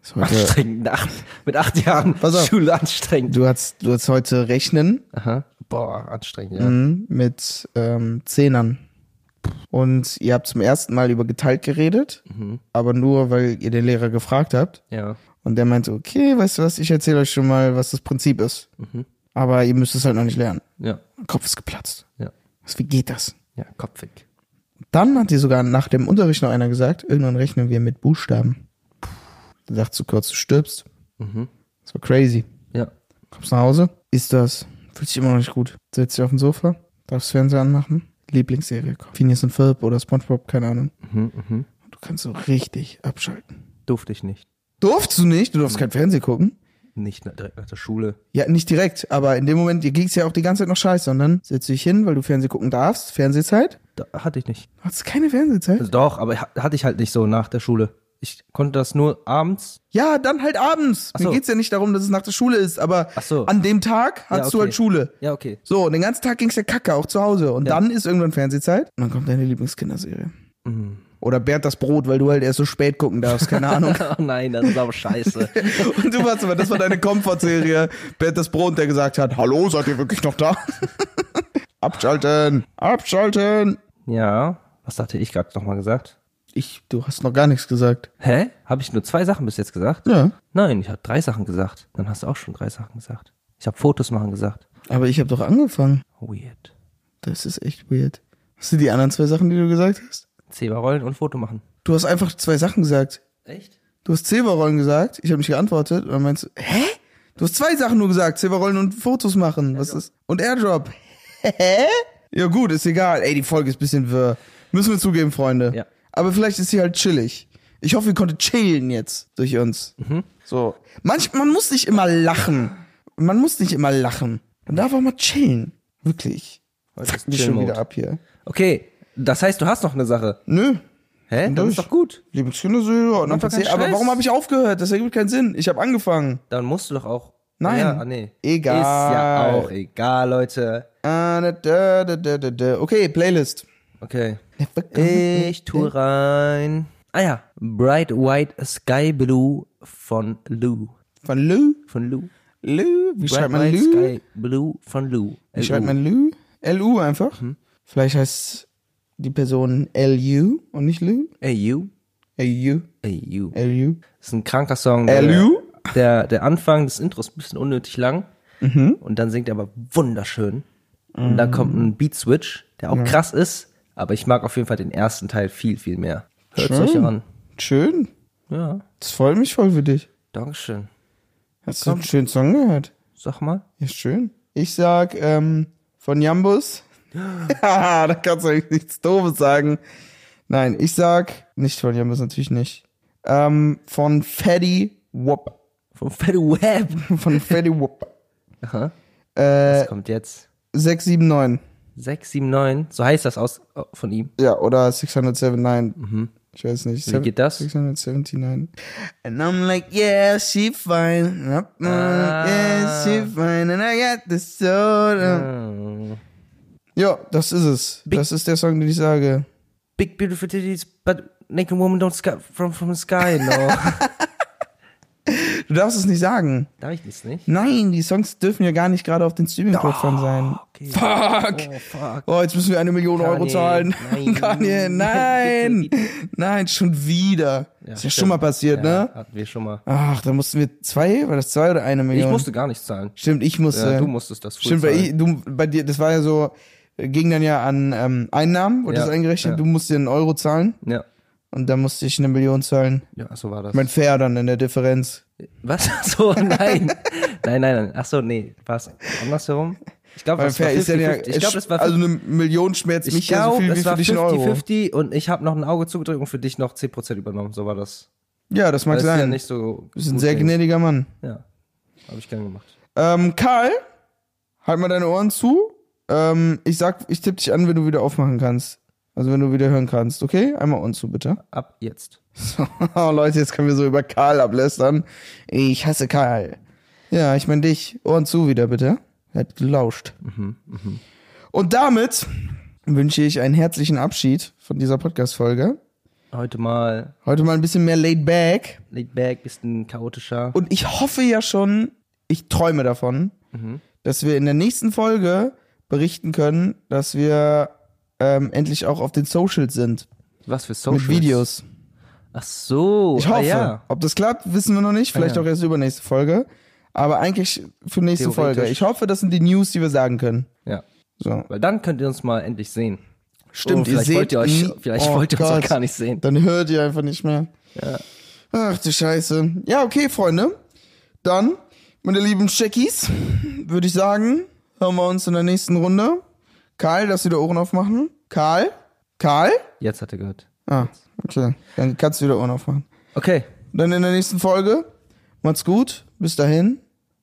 S2: Ist heute,
S1: Anstrengend. Nach, mit acht Jahren
S2: Pass auf.
S1: Schule anstrengend.
S2: du hast, du hast heute Rechnen
S1: Aha. Boah, anstrengend, ja.
S2: Mhm, mit ähm, Zehnern. Und ihr habt zum ersten Mal über geteilt geredet, aber nur, weil ihr den Lehrer gefragt habt.
S1: Ja.
S2: Und der meinte, okay, weißt du was, ich erzähle euch schon mal, was das Prinzip ist. Aber ihr müsst es halt noch nicht lernen.
S1: Ja.
S2: Mein Kopf ist geplatzt.
S1: Ja.
S2: Was, wie geht das?
S1: Ja, kopfig.
S2: Dann hat dir sogar nach dem Unterricht noch einer gesagt, irgendwann rechnen wir mit Buchstaben. Du dachtest so kurz, du stirbst. Das war crazy.
S1: Ja.
S2: Kommst nach Hause, isst das, fühlt sich immer noch nicht gut. Setzt dich auf den Sofa, darfst Fernseher anmachen, Lieblingsserie kommt. Phineas und Ferb oder Spongebob, keine Ahnung.
S1: Mhm,
S2: Du kannst so richtig abschalten.
S1: Durfte ich nicht.
S2: Durfst du nicht? Du darfst kein Fernsehen gucken.
S1: Nicht na- direkt nach der Schule.
S2: Ja, nicht direkt, aber in dem Moment, dir ging's ja auch die ganze Zeit noch scheiße. Und dann setzt du dich hin, weil du Fernsehen gucken darfst, Fernsehzeit.
S1: Da hatte ich nicht.
S2: Du hast keine Fernsehzeit.
S1: Also doch, aber ha- hatte ich halt nicht so nach der Schule. Ich konnte das nur abends.
S2: Ja, dann halt abends.
S1: so.
S2: Mir geht's ja nicht darum, dass es nach der Schule ist, aber
S1: Ach so.
S2: an dem Tag hast
S1: Ja,
S2: du
S1: okay.
S2: halt Schule.
S1: Ja, okay.
S2: So, und den ganzen Tag ging's ja kacke, auch zu Hause. Und dann ist irgendwann Fernsehzeit und dann kommt deine Lieblingskinderserie. Oder Bernd das Brot, weil du halt erst so spät gucken darfst, keine Ahnung.
S1: Oh nein, das ist aber scheiße.
S2: und du warst aber, das war deine Komfortserie. Bernd das Brot, der gesagt hat, hallo, seid ihr wirklich noch da? abschalten, abschalten.
S1: ja. Was hatte ich gerade nochmal gesagt?
S2: Ich, du hast noch gar nichts gesagt.
S1: Hä? Habe ich nur zwei Sachen bis jetzt gesagt?
S2: Ja,
S1: Nein, ich habe drei Sachen gesagt. Dann hast du auch schon drei Sachen gesagt. Ich habe Fotos machen gesagt.
S2: aber ich habe doch angefangen.
S1: Weird.
S2: Das ist echt weird. Hast du die anderen zwei Sachen, die du gesagt hast?
S1: Zebra rollen und Foto machen.
S2: Du hast einfach zwei Sachen gesagt.
S1: Echt?
S2: Du hast Silberrollen gesagt, ich habe nicht geantwortet. Und dann meinst du, hä? Du hast zwei Sachen nur gesagt, Silberrollen und Fotos machen. Was ist? Und Airdrop. Hä? Ja gut, ist egal. Ey, die Folge ist ein bisschen wirr. Müssen wir zugeben, Freunde.
S1: Ja.
S2: Aber vielleicht ist sie halt chillig. Ich hoffe, ihr konntet chillen jetzt durch uns.
S1: Mhm.
S2: So. Manch, man muss nicht immer lachen. Man muss nicht immer lachen. Man darf auch mal chillen. Wirklich. Fuck
S1: ist
S2: mich schon
S1: Chill-Mode.
S2: wieder ab hier.
S1: Okay, das heißt, du hast noch eine Sache.
S2: Nö,
S1: Hä? Dann
S2: durch.
S1: ist doch gut.
S2: Lieblingskinderserie und am
S1: doch keinen
S2: PC. Aber
S1: Stress.
S2: warum habe ich aufgehört? Das ergibt keinen Sinn. Ich habe angefangen.
S1: Dann musst du doch auch.
S2: Nein.
S1: Ja, ah, nee.
S2: Egal.
S1: Ist ja auch egal, Leute.
S2: Ah, da, da, da, da, da, da. Okay, Playlist.
S1: Okay.
S2: Äh,
S1: Ich tue rein. Ah ja. Bright White Sky Blue von Lou.
S2: Von Lou.
S1: Von Lou.
S2: Lou. Wie
S1: Bright
S2: schreibt man
S1: White
S2: Lou?
S1: Sky Blue von Lou.
S2: Wie schreibt man Lou? L-U einfach. Vielleicht heißt die Person L-U und nicht Lou.
S1: Ey, you.
S2: L-U.
S1: Ey, you.
S2: L-U.
S1: Das ist ein kranker Song. der-
S2: L-U.
S1: Der, der Anfang des Intros ist ein bisschen unnötig lang.
S2: Mhm.
S1: Und dann singt er aber wunderschön. Und dann kommt ein Beat Switch, der auch krass ist. Aber ich mag auf jeden Fall den ersten Teil viel, viel mehr. Hört euch
S2: Schön.
S1: an.
S2: Schön.
S1: Ja,
S2: Das freut mich voll für dich.
S1: Dankeschön.
S2: Hast du einen schönen Song gehört?
S1: Sag mal.
S2: Ja, schön. Ich sag, ähm, von Jambus. Ja, da kannst du eigentlich nichts Doofes sagen. Nein, ich sag, nicht von Jambus, natürlich nicht. Ähm, von Fatty Wop.
S1: Vom Fat Web.
S2: Von Fatty Wop.
S1: Aha.
S2: Äh,
S1: Was kommt jetzt?
S2: 679.
S1: 679, so heißt das aus oh, von ihm.
S2: Ja, Mhm. oder 679. Ich weiß nicht.
S1: Wie geht das?
S2: 679. And I'm like, yeah, she fine. And I'm like, Yeah, she fine. And I got the soda. Ja, Ah. das ist es. Das ist der Song, den ich sage.
S1: Big beautiful titties, but naked woman don't sky, from from the sky. No.
S2: Du darfst es nicht sagen.
S1: Darf ich das nicht?
S2: Nein, die Songs dürfen ja gar nicht gerade auf den Streaming-Plattformen sein. Fuck!
S1: Oh fuck.
S2: Ah, Oh, jetzt müssen wir eine Million Euro
S1: Kanye,
S2: zahlen.
S1: nein.
S2: Kanye, nein! Nein, schon wieder. ist ja schon
S1: stimmt.
S2: mal passiert,
S1: Ja,
S2: ne?
S1: Hatten wir schon mal.
S2: Ach, da mussten wir zwei, war das zwei oder eine
S1: Ich
S2: Million?
S1: musste gar nicht zahlen.
S2: Stimmt, ich musste.
S1: Ja, du musstest das früh
S2: Stimmt, weil
S1: zahlen.
S2: ich, du, bei dir, das war ja so, äh, ging dann ja an ähm, Einnahmen, wurde
S1: Ja,
S2: das eingerechnet,
S1: ja.
S2: du musst dir einen Euro zahlen
S1: Ja.
S2: und dann musste ich eine Million zahlen.
S1: Ja, so war das.
S2: Mein Fair dann in der Differenz.
S1: Was? So, nein. nein, nein, nein. Ach so, nee, war's andersherum. Ich glaube,
S2: Mein
S1: das war
S2: Fair ist dann
S1: 50,
S2: ja,
S1: 50. Ich glaube, das war
S2: also eine Million schmerzt
S1: ich
S2: mich ja so
S1: glaube,
S2: viel wie
S1: es
S2: für
S1: war
S2: dich ein Euro.
S1: 50-50 und ich habe noch ein Auge zugedrückt und für dich noch 10% übernommen. So war das.
S2: Ja, das mag
S1: Das ist ja
S2: sein.
S1: nicht so.
S2: du bist ein
S1: gut
S2: sehr
S1: gewesen.
S2: gnädiger Mann.
S1: Ja, habe ich gern gemacht.
S2: Ähm, Karl, halt mal deine Ohren zu. Ähm, ich sag, ich tippe dich an, wenn du wieder aufmachen kannst. Also wenn du wieder hören kannst, okay? Einmal Ohren zu, bitte.
S1: Ab jetzt.
S2: Oh, Leute, jetzt können wir so über Karl ablästern. Ich hasse Karl. Ja, ich meine dich. Ohren zu wieder, bitte. Er hat gelauscht. Und damit wünsche ich einen herzlichen Abschied von dieser Podcast-Folge.
S1: Heute mal
S2: Heute mal ein bisschen mehr laid back.
S1: laid back, bisschen chaotischer.
S2: Und ich hoffe ja schon, ich träume davon,
S1: Mhm.
S2: dass wir in der nächsten Folge berichten können, dass wir ähm, endlich auch auf den Socials sind.
S1: Was für Socials?
S2: Mit Videos.
S1: Ach so.
S2: Ich hoffe.
S1: Ah, ja. Ah,
S2: Ob das klappt, wissen wir noch nicht. Vielleicht
S1: ja.
S2: auch erst übernächste Folge. Aber eigentlich für nächste
S1: Theoretisch.
S2: Folge. Ich hoffe, das sind die News, die wir sagen können.
S1: ja.
S2: So.
S1: Weil dann könnt ihr uns mal endlich sehen. oh,
S2: Stimmt, ihr
S1: vielleicht
S2: seht
S1: wollt ihr euch,
S2: nie-
S1: vielleicht
S2: Oh
S1: wollt ihr uns
S2: Gott.
S1: auch gar nicht sehen.
S2: Dann hört ihr einfach nicht mehr. Ach du Scheiße. Ja, okay, Freunde. Dann, meine lieben Checkies, würde ich sagen, hören wir uns in der nächsten Runde. Karl, dass wieder Ohren aufmachen. Karl? Karl?
S1: Jetzt hat er gehört.
S2: Ah, okay. Dann kannst du wieder Ohren aufmachen.
S1: Okay.
S2: Dann in der nächsten Folge. Macht's gut. Bis dahin.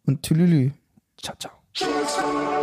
S2: Und tülülü.
S1: Ciao, ciao.
S5: Kingston.